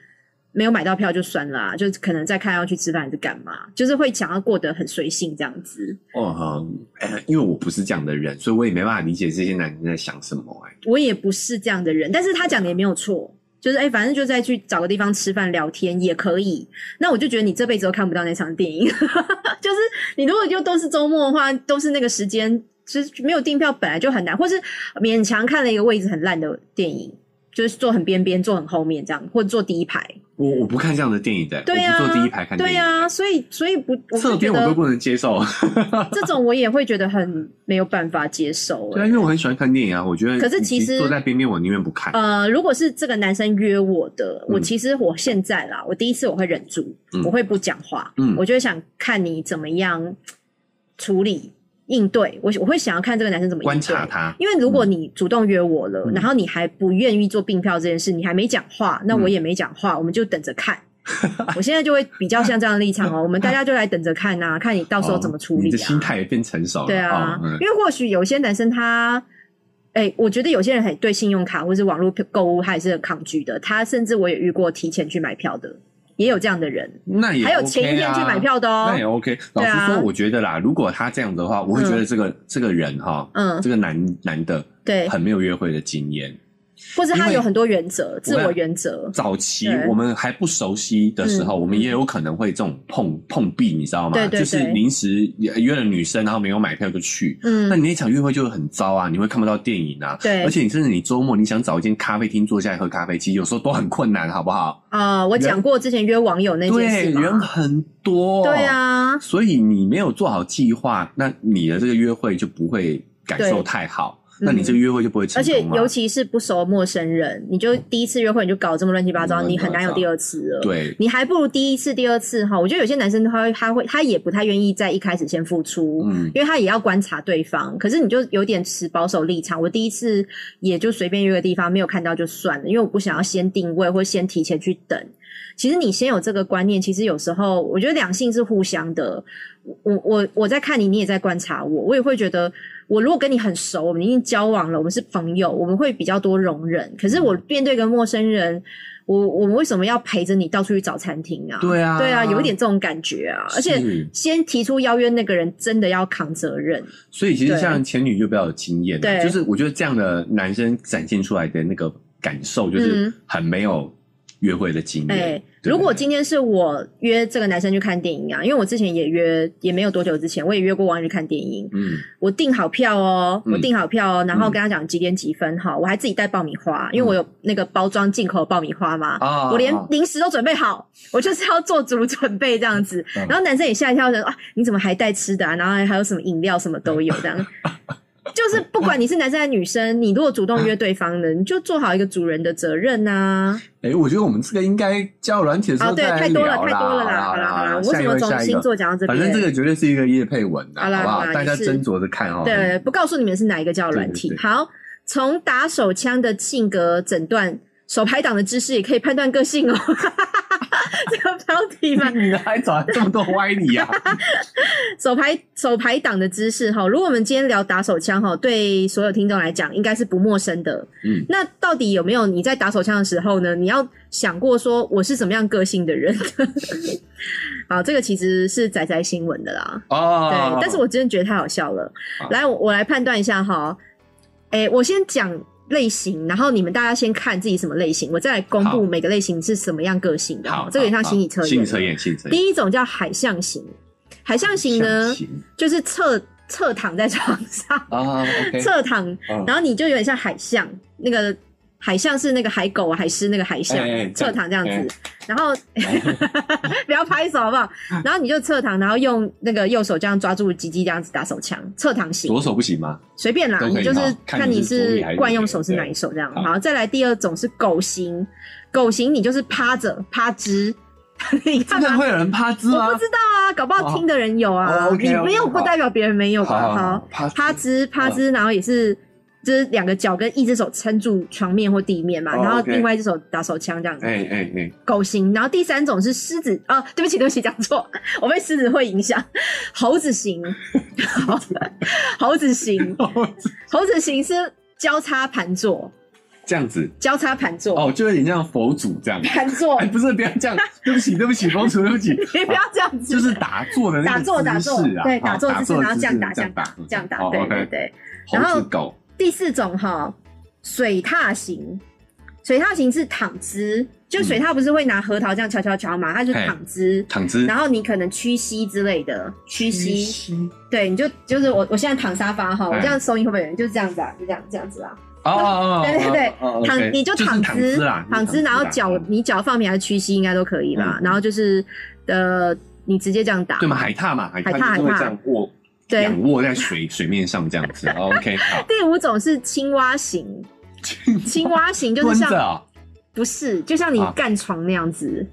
没有买到票就算了、啊，就可能再看要去吃饭还是干嘛，就是会想要过得很随性这样子。哦好，呃因为我不是这样的人，所以我也没办法理解这些男人在想什么、哎，我也不是这样的人，但是他讲的也没有错。就是哎、反正就再去找个地方吃饭聊天也可以。那我就觉得你这辈子都看不到那场电影， 就是你如果就都是周末的话，都是那个时间，就是没有订票本来就很难，或是勉强看了一个位置很烂的电影，就是坐很边边、坐很后面这样，或者坐第一排。我我不看这样的电影的、对呀、我不坐第一排看电对影，呀、所以所以不，我侧就觉边我都得不能接受。这种我也会觉得很没有办法接 受、欸对啊，因为我很喜欢看电影啊，我觉得可是与其实坐在边边，我宁愿不看。呃，如果是这个男生约我的，我嗯其实我现在啦，我第一次我会忍住，嗯我会不讲话，嗯我就会想看你怎么样处理应对，我我会想要看这个男生怎么应对观察。他，因为如果你主动约我了，嗯然后你还不愿意做并票这件事，你还没讲话，那我嗯也没讲话，我们就等着 看。我现在就会比较像这样的立场哦，我们大家就来等着看呐、看你到时候怎么处理、啊哦你的心态也变成熟了。对啊哦，嗯因为或许有些男生他，哎、我觉得有些人很对信用卡或是网络购物他也是很抗拒的。他甚至我也遇过提前去买票的，也有这样的人，那也还有 OK 前一天去买票的啊，哦、那也 OK。老对啊实说，我觉得啦，如果他这样的话，我会觉得这个、这个人哈，嗯，这个男男的对，很没有约会的经验。或者他因为啊有很多原则，自我我跟原则，早期对我们还不熟悉的时候，我们也有可能会这种碰碰壁，你知道吗？嗯对对就是对临时约了女生，然后没有买票就去。那嗯，你那场约会就很糟啊，你会看不到电影啊，对而，且你甚至你周末你想找一间咖啡厅坐下来喝咖啡，其实有时候都很困难，好不好？啊，我讲过之前约网友那件对，事人嘛，很多，对，啊，所以你没有做好计划，那你的这个约会就不会感受对太好，嗯那你这个约会就不会而成且功嘛尤其是不熟的陌生人，你就第一次约会你就搞这么乱七八糟，嗯乱七你八糟很难有第二次了。对，你还不如第一次、第二次哈。我觉得有些男生他会，他会，他也不太愿意在一开始先付出，嗯，因为他也要观察对方。可是你就有点持保守立场，我第一次也就随便约个地方，没有看到就算了，因为我不想要先定位或先提前去等。其实你先有这个观念，其实有时候我觉得两性是互相的。我我我我在看你，你也在观察我，我也会觉得，我如果跟你很熟，我们已经交往了，我们是朋友，我们会比较多容忍。可是我嗯面对一个陌生人，我我们为什么要陪着你到处去找餐厅啊？对啊，对啊，有一点这种感觉啊，而且。是先提出邀约那个人真的要扛责任，所以其实对像前女就比较有经验对了，就是我觉得这样的男生展现出来的那个感受，就是嗯很没有约会的经哎、验。对如果今天是我约这个男生去看电影啊，因为我之前也约，也没有多久之前，我也约过网友去看电影，嗯，我订好票哦，嗯嗯我订好票哦，然后跟他讲几点几分哈，我还自己带爆米花，因为我有那个包装进口爆米花嘛，啊我连啊零食都准备好，我就是要做足准备这样子。嗯然后男生也吓一跳，说啊，你怎么还带吃的啊？然后还有什么饮料什么都有这 样。就是不管你是男生还是女生，你如果主动约对方的，你就做好一个主人的责任呐、哎、我觉得我们这个应该交友软体的时啊。候哦，对，再来太多了，聊太多了啦，好好啦啦好啦，啦我为什么下一从位星座下一讲到这个边？反正这个绝对是一个叶配文好呐、啦好不好啦好？大家也是斟酌着看哦。对，不告诉你们是哪一个叫软体。对对对好，从打手枪的性格诊断、手排党的知识，也可以判断个性哦。 这个标题嘛，你还找来这么多歪理啊？手排手排党的知识哈。如果我们今天聊打手枪哈，对所有听众来讲应该是不陌生的。嗯，那到底有没有你在打手枪的时候呢？你要想过说我是什么样个性的人？ 好，这个其实是仔仔新闻的啦。哦，对，但是我真的觉得太好笑了。好来，我我来判断一下哈。哎、我先讲类型，然后你们大家先看自己什么类型，我再来公布好每个类型是什么样个性的哈。好，这个也像好心理测验。心理测。验，心理测验。第一种叫海象型，海象型呢象形就是测侧躺在床上，啊，OK，侧躺，嗯然后你就有点像海象，那个海象是那个海狗啊海狮那个海象，哎哎侧躺这样子，哎嗯然后 不要拍手好不好？然后你就侧躺，然后用那个右手这样抓住鸡鸡这样子打手枪，侧躺型左，手不行吗？随便啦，都可以你就是好看看你你是左是臂还是惯右用臂手是哪对一手这样。好好，再来第二种是狗型，狗型你就是趴着趴直， 你真看的吗？会有人趴姿吗我不？知道啊，搞不好听的人有啊，哦，OK，OK，你没有好不代表别人没有吧？好好，趴趴姿姿趴姿，嗯然后也是就是两个脚跟一只手撑住床面或地面嘛，哦然后 OK 另外一只手打手枪这样子。哎哎哎，狗型，然后第三种是狮子啊， 对不起对不起，讲错， 我被狮子会影响。猴子型， 猴子 型，猴子型是交叉盘坐，这样子交叉盘坐，哦，就有点像佛祖这样。盘坐 哎，，不是，不要这样，对不起，对不起，佛祖，对不起，你不要这样子，就是打坐的那打个坐打姿坐势，啊，对，好打坐打姿势，的然后这样势打这样打这样打，对对。对。嗯然好后，OK 猴子狗第四种哈，水獭型，水獭型是躺姿，就水獭不是会拿核桃这样敲敲敲嘛，它就嗯嘿躺姿，躺姿，然后你可能屈膝之类的，屈膝，吸，对，你就就是我我现在躺沙发哈，我嘿这样收音会不会有人就是这样子啊，就这样这样子啊，哦哦，哦 对对对，哦哦躺 OK，你就就是躺躺姿啦，躺姿，啦然后脚嗯你脚放平还是屈膝应该都可以啦，嗯然后就是呃你直接这样打对，嘛，海獭嘛，海海獭獭就是会海獭这样握，对。仰卧在水水面上这样子，OK，好，第五种是青蛙型，青蛙型就是蹲像着哦，不是，就像你啊干床那样子，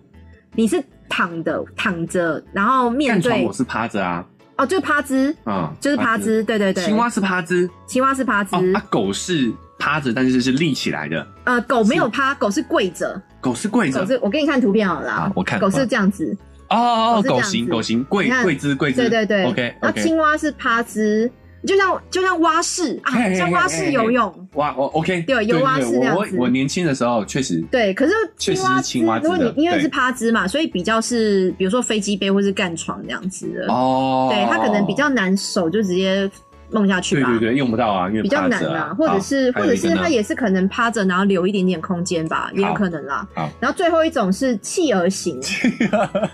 你是躺的，躺着，然后面干床对我是趴着啊，哦，就是趴姿，嗯，就是趴，姿，对对对。青蛙是趴姿，青蛙是趴姿哦，，啊，狗是趴着，但是是立起来的，呃，狗没有趴，狗是跪着，狗是跪狗着，是我给你看图片好了啦啊，，我看狗是哦这样子，哦狗是哦，这狗样型子狗型跪你看跪姿跪姿，对对对。 ，OK 那 OK，青蛙是趴姿，就像就像蛙式嘿啊，嘿像蛙式游泳，哇，我 OK，对有蛙式那样我子我年轻的时候确实对，可是确实青蛙是姿，青蛙姿如的果你因为对是趴姿嘛，所以比较是比如说飞机杯或是干床这样子的，哦，对，它可能比较难手就直接弄下去对吧。对对，用不到啊，因为比较趴难着啦啊，，或者好是还或有者一个是呢它也是可能趴着，然后留一点点空间吧，也有好可能啦好。然后最后一种是企鹅 型，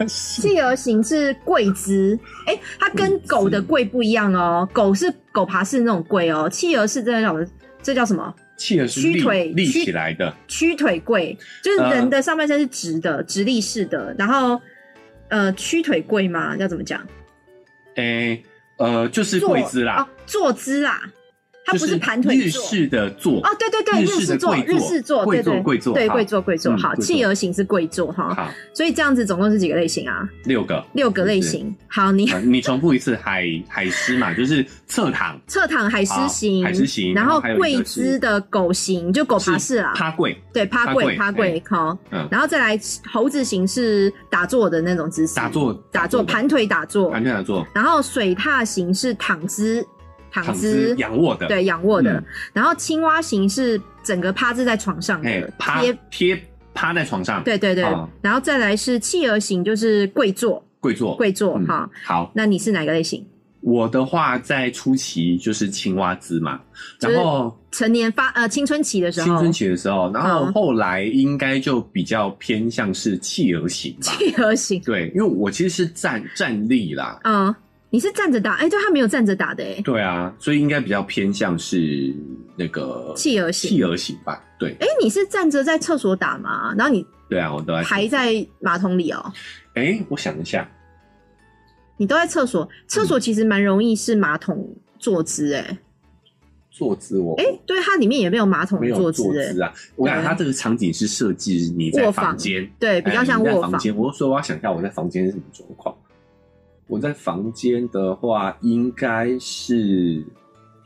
企鹅型是跪姿，哎、它跟狗的跪不一样哦，狗是狗爬式那种跪哦，企鹅是这种这叫什么？企鹅是屈立腿立屈起来的，屈腿跪，就是呃人的上半身是直的，直立式的，然后呃屈腿跪嘛，要怎么讲？诶、呃，就是跪姿啦，哦，坐姿啦，它就不盘腿日坐。式的坐哦，对对对，日日式的式座，跪坐日式座，跪对坐对，跪坐对好跪坐，跪坐，嗯好，跪坐企鹅型是跪坐哈，好，所以这样子总共是几个类型啊？六个。六个类是型。好，你呃你重复一 次海海狮嘛，就是侧躺侧躺海狮型，好海狮型然然后后还有一个跪姿的狗型，就狗爬式啊，趴跪，对，趴跪，趴趴跪跪，好嗯，然后再来猴子型是打坐的那种姿势，打坐打坐，盘腿打坐，盘腿打啊坐，然后水獭型是躺姿，躺躺姿姿，仰卧的，对，仰卧的嗯，然后青蛙型是整个趴姿在床上嘿，的，哎趴贴贴趴在床上，对对对，啊然后再来是企鹅型，就是跪坐，跪坐，跪坐嗯哈、好，那你是哪个类型？我的话在初期就是青蛙姿嘛，就是然后成年发呃青春期的时候，青春期的时候，然后嗯后来应该就比较偏向是企鹅型吧。企鹅型，对，因为我其实是站站立啦，嗯，你是站着打，哎、对他没有站着打的、哎，对啊，所以应该比较偏向是那个企鹅型企鹅型吧。对，哎、你是站着在厕所打吗？然后你对啊，我都在排在马桶里哦，哎、我想一下，你都在厕所，厕嗯所其实蛮容易是马桶坐姿、哎、坐姿我哎，对，它里面也没有马桶没有坐姿、哎，姿啊。我想它这个场景是设计你在卧房房间，对，比较像哎你在卧房房，间，我说我要想一下我在房间是什么状况。我在房间的话，应该是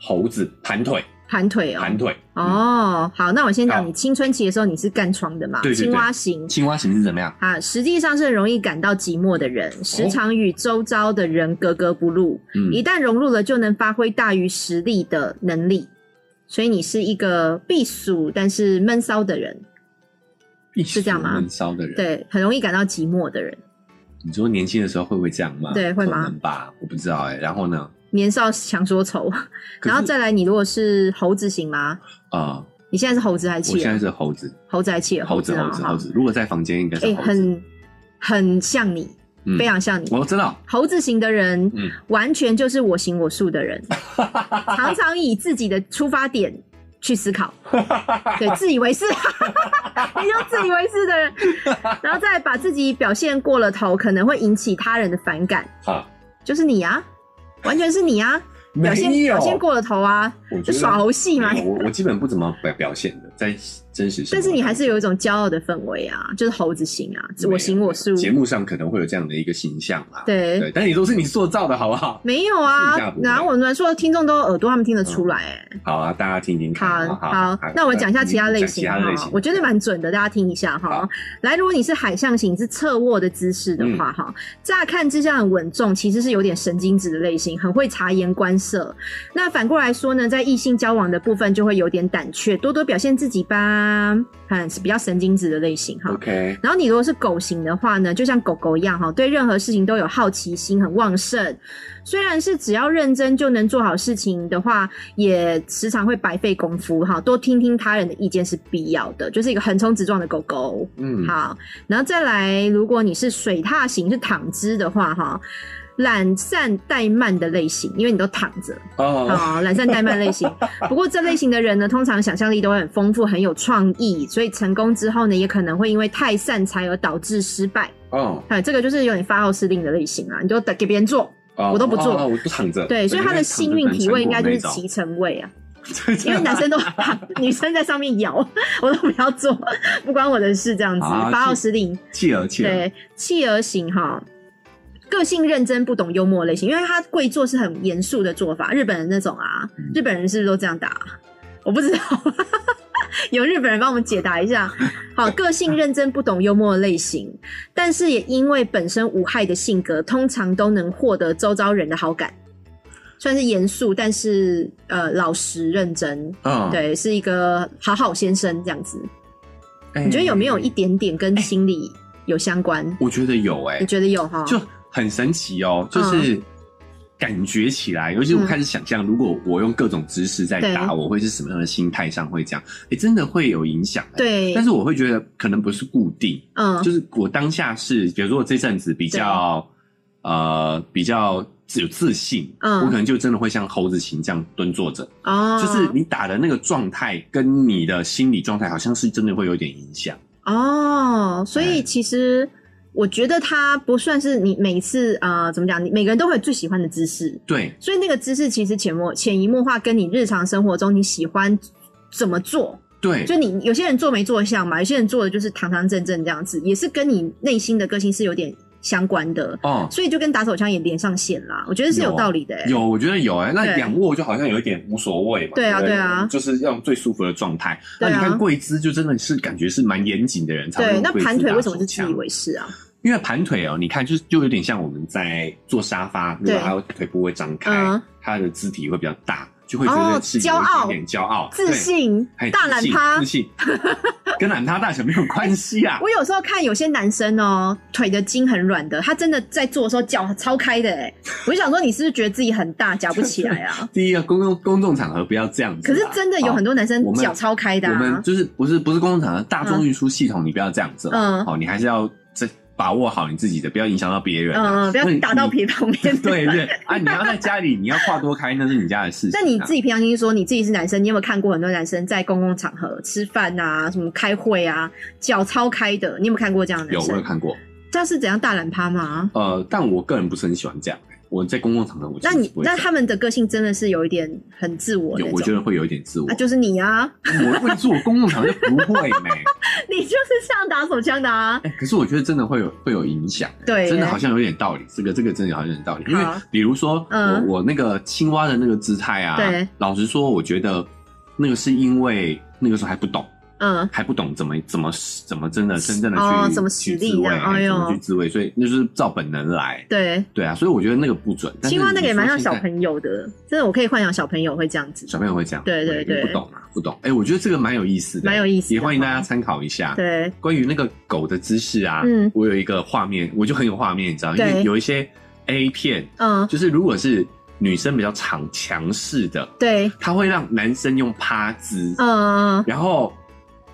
猴子盘腿，盘腿哦，盘腿。嗯，哦，好，那我先好讲，你青春期的时候你是干床的嘛，对对对青蛙型，嗯青蛙型是怎么样？啊，实际上是很容易感到寂寞的人，时常与周遭的人格格不入。哦嗯一，旦融入了，就能发挥大于实力的能力。所以你是一个避暑但是闷骚的人，一是这样吗闷骚的人，，对，很容易感到寂寞的人，你说年轻的时候会不会这样吗？对会可吗能吧，我不知道哎、然后呢？年少强说愁。可然后是再来，你如果是猴子型吗？啊、你现在是猴子还是我企现在鹅？是猴子，猴子还是企鹅？猴子，啊猴子，好猴子。如果在房间应该是哎、猴子，很很像你，嗯非常像你。我知道，猴子型的人，嗯完全就是我行我素的 人，常常以自己的出发点去思考，对，自以为是， 你就自以为是的人，然后再把自己表现过了头，可能会引起他人的反感，啊，就是你啊，完全是你啊，表现没有表现过了头啊，我觉就得耍猴戏嘛没。有我我基本不怎么表表现的，在真实生活中。但是你还是有一种骄傲的氛围啊，就是猴子型啊，没有我行我素。节目上可能会有这样的一个形象啦。对对，但你都是你塑造的好不好？ 没有啊私底下不，会然后我们说的听众都有耳朵，他们听得出来、哎、好啊，大家听听看。好好好，那我讲一下其他类型讲其他类哈型，，我觉得蛮准的，大家听一下哈好。嗯来，如果你是海象型，是侧卧的姿势的话哈，乍看之下很稳重，其实是有点神经质的类型，很会察言观色。那反过来说呢，在异性交往的部分就会有点胆怯，多多表现自己吧，嗯，是比较神经质的类型哈。 OK，然后你如果是狗型的话呢，就像狗狗一样哈，对任何事情都有好奇心很旺盛。虽然是只要认真就能做好事情的话，也时常会白费功夫哈。多听听他人的意见是必要的，就是一个横冲直撞的狗狗。嗯，好，然后再来，如果你是水獭型是躺姿的话哈，懒散怠慢的类型，因为你都躺着。哦， 好，懒散怠慢类型。不过这类型的人呢，通常想象力都会很丰富，很有创意，所以成功之后呢，也可能会因为太散财而导致失败。哦，哎，这个就是有点发号施令的类型啊，你就得给别人做。哦我都不做哦我都躺着。对，所以他的幸运体位应该就是骑，骑 乘位啊，因因为男生都 女生在上面摇，我都不要做，不关我的事，这样子、啊发号是施令。企鹅，企鹅，对，企鹅型哈，个性认真不懂幽默类型，因为他跪坐是很严肃的做法，日本人那种啊，嗯日本人是不是都这样打？我不知道， 有日本人帮我们解答一下。好，个性认真不懂幽默类型，但是也因为本身无害的性格，通常都能获得周遭人的好感。算是严肃，但是呃老实认真，嗯，对，是一个好好先生这样子。哎，你觉得有没有一点点跟心理有相关？我觉得有哎你，觉得嗯有哈？就很神奇哦，就是感觉起来，尤其我开始想象，如果我用各种姿势在嗯打，对我会是什么样的心态上会这样？哎，真的会有影响。，对，但是我会觉得可能不是固定，嗯，就是我当下是，比如说我这阵子比较呃比较有自信，嗯我可能就真的会像猴子型这样蹲坐着，哦，就是你打的那个状态跟你的心理状态好像是真的会有点影响。哦，所以哎其实我觉得它不算是你每一次呃怎么讲，你每个人都会有最喜欢的姿势，对，所以那个姿势其实潜默潜移默化跟你日常生活中你喜欢怎么做，对，就你有些人做没做相嘛，有些人做的就是堂堂正正这样子，也是跟你内心的个性是有点相关的，哦，所以就跟打手枪也连上线啦，我觉得是有啊有道理的、欸，有，我觉得有哎、那对仰卧就好像有一点无所谓嘛。对啊不对啊就是要用最舒服的状态。对啊那你看跪姿，就真的是感觉是蛮严谨的人才会对，用那跪姿盘腿打为什么手是自以枪为是啊？因为盘腿哦，你看就是就有点像我们在坐沙发，如对果他腿部会张开，嗯哦他的肢体会比较大，就会觉得是有一骄傲点点骄傲、自对，信还，有大自懒信趴自。信 跟懒趴大小没有关系啊。？我有时候看有些男生哦，腿的筋很软的，他真的在做的时候脚超开的哎，我就想说你是不是觉得自己很大夹不起来啊 第一个公众公众场合不要这样子可啦，是真的有很多男生哦我们脚超开的我们啊，就是不是不是公共场合，大众运输系统你不要这样子啦，嗯哦，你还是要这把握好你自己的，不要影响到别人啊。嗯，不要那你打到皮旁边。 对对啊，你要在家里，你要跨多开，那是你家的事情啊。那你自己平常心说，你自己是男生，你有没有看过很多男生在公共场合吃饭啊、什么开会啊，脚超开的？你有没有看过这样的有男我有生？看过，这是怎样大懒趴吗？呃，但我个人不是很喜欢这样。我在公共场合，我其那实你不会这那样他们的个性真的是有一点很自我有，那我觉种，得会有一点自我那。就是你啊， 我会做公共场合就不会没。你就是像打手枪的啊。哎，可是我觉得真的会有会有影响。哎对耶真的好像有点道理。这个这个真的好像有点道理。因为好比如说嗯我我那个青蛙的那个姿态啊对，老实说，我觉得那个是因为那个时候还不懂。嗯，还不懂怎么怎么怎么真的真正的去、哦怎么去实力自慰，这样哎怎呦么去自慰，所以那就是照本能来。对，对啊，所以我觉得那个不准。但是青蛙那个也蛮像你说小现在朋友的，真的我可以幻想小朋友会这样子。小朋友会这样，对对因为对不懂啊，不懂。哎、我觉得这个蛮有意思的，蛮有意思的也欢迎大家参考一下。对，关于那个狗的姿势啊，嗯我有一个画面，我就很有画面，你知道，因为对有一些 A 片，嗯，就是如果是女生比较强强势的，对，她会让男生用趴姿，嗯，然后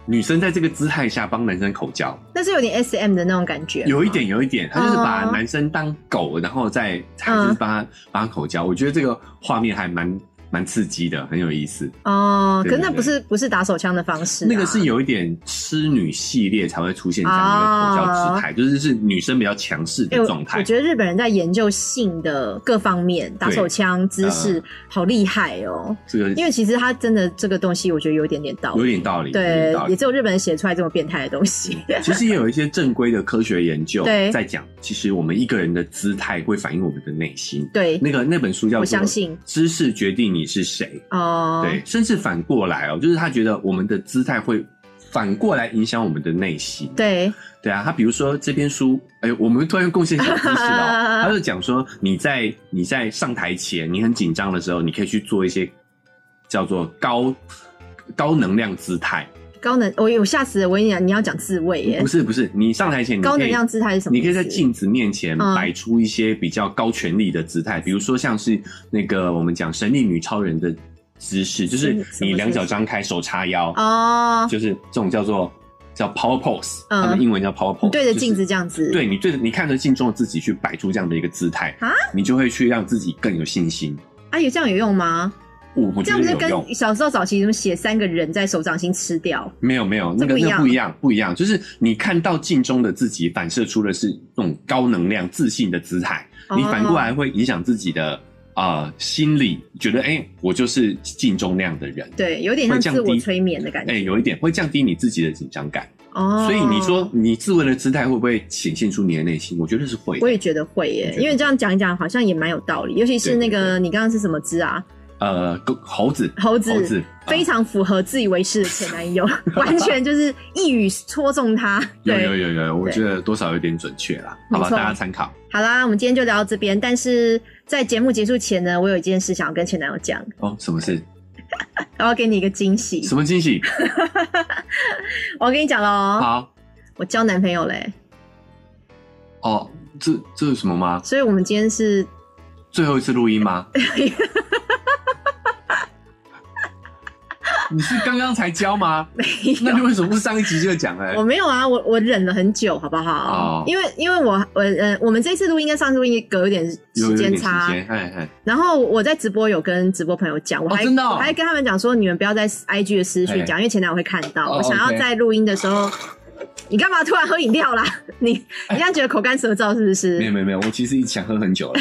女生在这个姿态下帮男生口交，但是有点 S M 的那种感觉，有一点有一点，她就是把哦男生当狗，然后再还嗯就是帮他帮他口交。我觉得这个画面还蛮蛮刺激的，很有意思。哦。可对是那对不是不是打手枪的方式啊、那个是有一点痴女系列才会出现这样的一个口交姿态，就是是女生比较强势哎的我状态。啊我觉得日本人在研究性的各方面，打手枪姿势、啊好厉害哦。这个因为其实他真的这个东西，我觉得有一点点道有理。点道理，有点嗯对道，理也只有日本人写出来这么变态的东西。 其实也有一些正规的科学研究对在讲，其实我们一个人的姿态会反映我们的内心。对，那个那本书叫我做相《信知识决定你是谁》，哦。对，甚至反过来哦，就是他觉得我们的姿态会反过来影响我们的内心。对对啊，他比如说这篇书，哎、我们突然贡献小知识 哦，他就讲说你在你在上台前，你很紧张的时候，你可以去做一些叫做高高能量姿态，高能，我我吓死了！我跟你讲，你要讲自慰耶不，是不是，你上台前你可以高能量姿态是什么意你思？可以在镜子面前嗯摆出一些比较高权力的姿态，比如说像是那个我们讲神力女超人的姿势，就是嗯什么你两脚姿势张开，手叉腰，哦，就是这种叫做叫 power pose，、嗯他们英文叫 power pose，你对着就是镜子这样子，对你对着你看着镜中的自己去摆出这样的一个姿态啊，你就会去让自己更有信心。啊，有这样有用吗？我我这觉样不得是有用跟，小时候早期什么写三个人在手掌心吃掉？没有没有，那这个不一那样个不一样，不一样，就是你看到镜中的自己反射出的是那种高能量、自信的姿态，哦你反过来会影响自己的呃心理，觉得哎、我就是镜中那样的人，对，有点像会降自我低催眠的感哎、觉。有一点会降低你自己的紧张感。哦，所以你说你自慰的姿态会不会显现出你的内心？我觉得是会我的。也觉得会我耶觉，得因为这样讲一讲好像也蛮有道理，尤其是那对对个你刚刚是什么汁啊？呃，狗猴子，猴子猴子，啊非常符合自以为是的前男友， 完全就是一语戳中他。有对有有有，我对觉得多少有点准确啦，没好吧，错大家参考好啦，我们今天就聊到这边。但是在节目结束前呢，我有一件事想要跟前男友讲，哦。什么事？我要给你一个惊喜。什么惊喜？我跟你讲喽，好我交男朋友嘞，哦，这这是什么吗？所以我们今天是最后一次录 音吗？你是刚刚才教吗？没那有。啊 你为什么不上一集就讲哎、我没有啊，我我忍了很久，好不好？哦因为因为我我呃，我们这次录音跟上次录音隔有点有时有点间时差，间，哎哎，然后我在直播有跟直播朋友讲，我还、真的哦我还跟他们讲说，你们不要在 IG 的私讯讲，因为前男友会看到。哦我想要 OK 在录音的时候，你干嘛突然喝饮料啦？ 你你这样觉得口干舌燥是不没有是？没有没有，我其实一直想喝 很久了。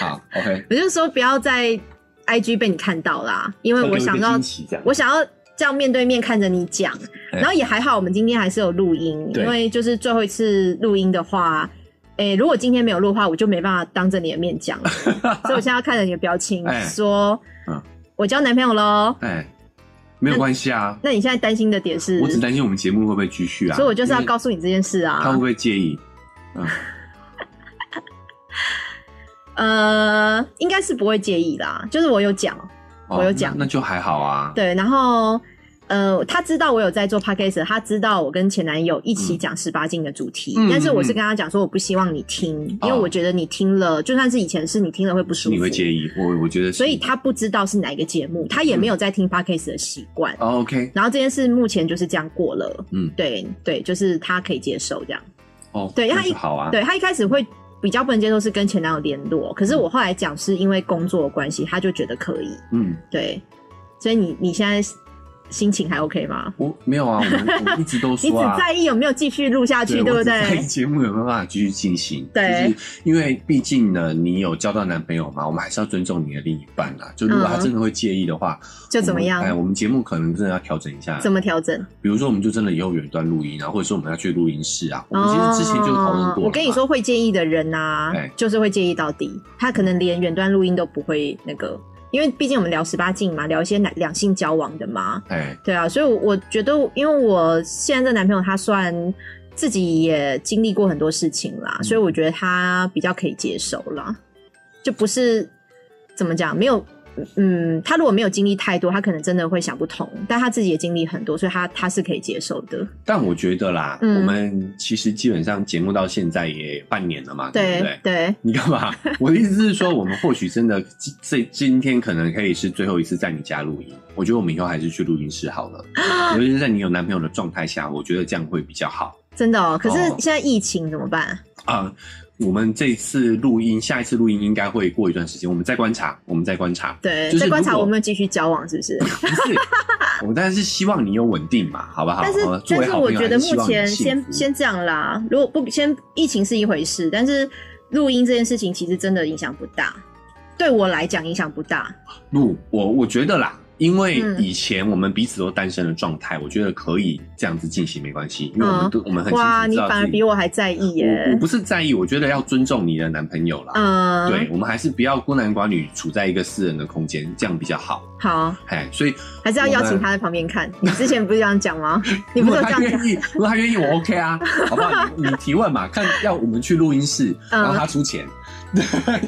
好，OK，我就说不要在 IG 被你看到啦，因为嗯我想要要这样我想要这样面对面看着你讲，哎然后也还好，我们今天还是有录音，对因为就是最后一次录音的话。诶、如果今天没有录的话，我就没办法当着你的面 讲了，所以我现在要看着你的表情哎说，嗯我交男朋友喽。哎，没有关系啊，那你现在担心的点是，我只担心我们节目会不会继续啊，所以我就是要因为告诉你这件事他会啊不。会介意？呃，应该是不会介意啦，就是我有讲，哦我有讲那那就还好啊。对，然后呃，他知道我有在做 podcast，他知道我跟前男友一起嗯讲十八禁的主题，嗯但是我是嗯跟他讲说，我不希望你听，因为哦我觉得你听了，就算是以前是你听了会不舒服，你会介意，嗯我我觉得是，所以他不知道是哪一个节目，他也没有在听 podcast 的习惯。哦 OK 然后这件事目前就是这样过了，嗯对对，就是他可以接受这样。哦，对那他一就好啊，对他一开始会比较不能接受是跟前男友联络，可是我后来讲是因为工作的关系，他就觉得可以。嗯，对，所以你你现在心情还 OK 吗？我没有啊，我们我一直都 你只说啊，在意有没有继续录下去，对我不只在意对？节目有没有办法继续进行？对，因为毕竟呢，你有交到男朋友嘛，我们还是要尊重你的另一半啦。就如果他嗯真的会介意的话，就怎么我们哎，样？我们节目可能真的要调整一下。怎么调整？比如说，我们就真的以后远端录音啊，或者说我们要去录音室啊。我们其实之前就讨论过了哦嘛我跟你，说，会介意的人呐、哎就是会介意到底，他可能连远端录音都不会那个，因为毕竟我们聊十八禁嘛，聊一些两两性交往的嘛。哎，对啊，所以我，我觉得，因为我现在这男朋友他算自己也经历过很多事情嗯啦，所以我觉得他比较可以接受啦，就不是怎么讲，没有嗯，他如果没有经历太多，他可能真的会想不通。但他自己也经历很多，所以他他是可以接受的。但我觉得啦，嗯我们其实基本上节目到现在也半年了嘛，对对嗯不对？对，你 干嘛？我的意思是说，我们或许真的今这今天可能可以是最后一次在你家录音。我觉得我们以后还是去录音室好 了，尤其是在你有男朋友的状态下，我觉得这样会比较好真的哦。可是哦现在疫情怎么办？啊、我们这次录音，下一次录音应该会过一段时间，我们再观察，我们再观察。对，就是在观察如果我们有继续交往是不是？不 是，我当然是希望你有稳定嘛，好不好？但是呃，作但为是好我朋友觉得还是希目望你前幸先福先这样啦。如果不先疫情是一回事，但是录音这件事情其实真的影响不大。对我来讲影响不大，不，我我觉得啦，因为嗯以前我们彼此都单身的状态，我觉得可以这样子进行没关系，因为我们都、我们很清嗯楚哇，知你道反自而己比我还在意耶我我。不是在意，我觉得要尊重你的男朋友啦。嗯，对，，我们还是不要孤男寡女，处在一个私人的空间，这样比较好。好，哎，所以还是要邀请他在旁边看。你之前不是这样讲 吗？你不是有如果这他样讲愿？意，如果他愿意，我 OK 啊，好不好？你你提问嘛，看要我们去录音室，嗯然后他出钱，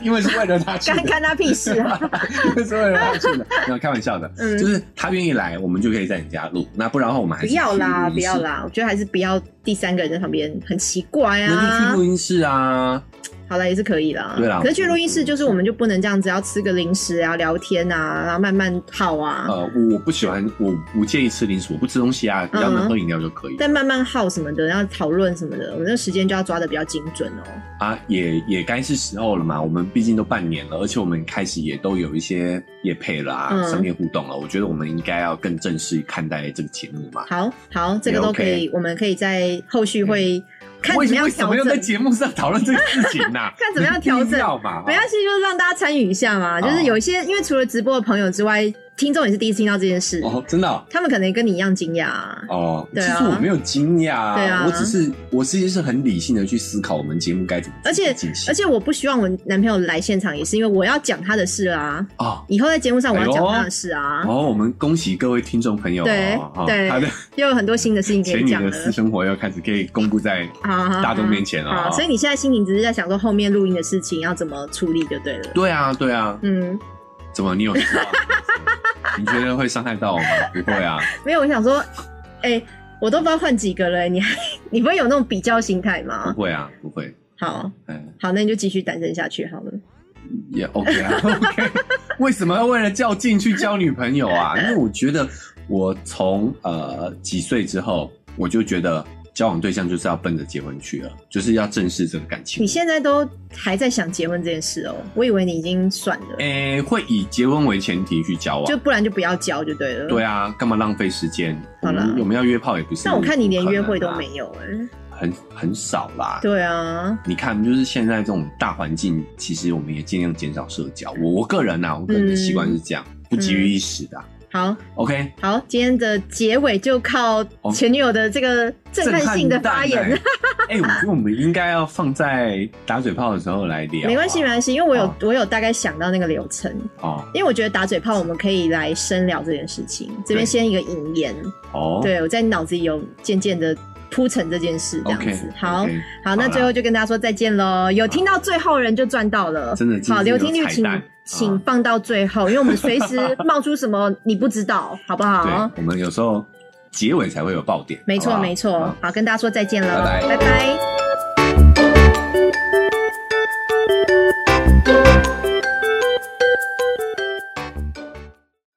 因为是为了他去干的，干他屁事 啊！因为是为了他去的，没有开玩笑的。嗯就，是他愿意来，我们就可以在你家录。那不然的话，我们还不是要啦，不去录音室要，啦，我觉得还是不要第三个人在旁边，很奇怪那就去啊 录。音室啊。好了，也是可以啦。对啦可是去录音室就是我们就不能这样子，要吃个零食啊，聊天啊，然后慢慢耗啊，呃，我我不喜欢，我不建议吃零食，我不吃东西嗯啊，只要能喝饮料就可以、再慢慢耗什么的，然后讨论什么的，我们这时间就要抓的比较精准哦。啊。也也该是时候了嘛，我们毕竟都半年了，而且我们开始也都有一些业配了啊，嗯商业互动了。我觉得我们应该要更正式看待这个节目嘛。好好，这个都可以，我们可以在后续会看为怎么什样嗯为什调么要在整。节目上讨论这个事情呐、 看怎么样调整你不要嘛，没关系，就是让大家参与一下哦嘛。就是有一些，因为除了直播的朋友之外，听众也是第一次听到这件事，哦，真的哦、他们可能跟你一样惊讶啊。哦，对啊其实我没有惊讶、对啊我只是我其实是很理性的去思考我们节目该怎么而且进行，而且我不希望我男朋友来现场，也是因为我要讲他的事啊。哦以后在节目上我要哎讲呦他的事啊，哦，我们恭喜各位听众朋友，对哦哦对他的又有很多新的事情可前以女讲的了。私生活又开始可以公布在好好大众面前了、好，哦，所以你现在心里只是在想说后面录音的事情要怎么处理就对了。对啊对啊，嗯，怎么你有事啊？你觉得会伤害到我吗？不会 啊，没有，我想说，哎、我都不知道换几个了、你还 你不会有那种比较心态不吗？会啊，不会，好嗯，好，那你就继续单身下去好了。 也 OK 啊 OK。为什么要为了较劲去交女朋友啊？因为我觉得我从呃几岁之后，我就觉得交往对象就是要奔着结婚去了，就是要正视这个感情你。现在都还在想结婚这件事哦、我以为你已经算了，诶、哎会以结婚为前提去交往就。不然就不要交就对了。对。啊，干嘛浪费时间？好啦我们我们要约炮也不是。但我看你连约会都没。没有哎、很很少啦。对啊，你看，就是现在这种大环境，其实我们也尽量减少社交。我我个人啊，我个人的习惯是这样，不急于一时的啊、好 OK，好，今天的结尾就靠哦前女友的这个震撼性的发言。震撼弹欸。哎、我觉得我们应该要放在打嘴炮的时候来聊啊、没关系，没关系，因为我有好我有大概想到那个流程，哦因为我觉得打嘴炮我们可以来深聊这件事情。这边先一个引言，哦，对我在脑子里有渐渐的铺陈这件事，这样子。 ，OK，好 OK，好，那好啦最后就跟大家说再见喽。有听到最后人就赚到了，真的，好，今留天听率有彩请蛋请啊放到最后，因为我们随时冒出什么你不知道，好不好？ 对，我们有时候结尾才会有爆点，没好错不好没错好，好，跟大家说再见了，拜拜拜拜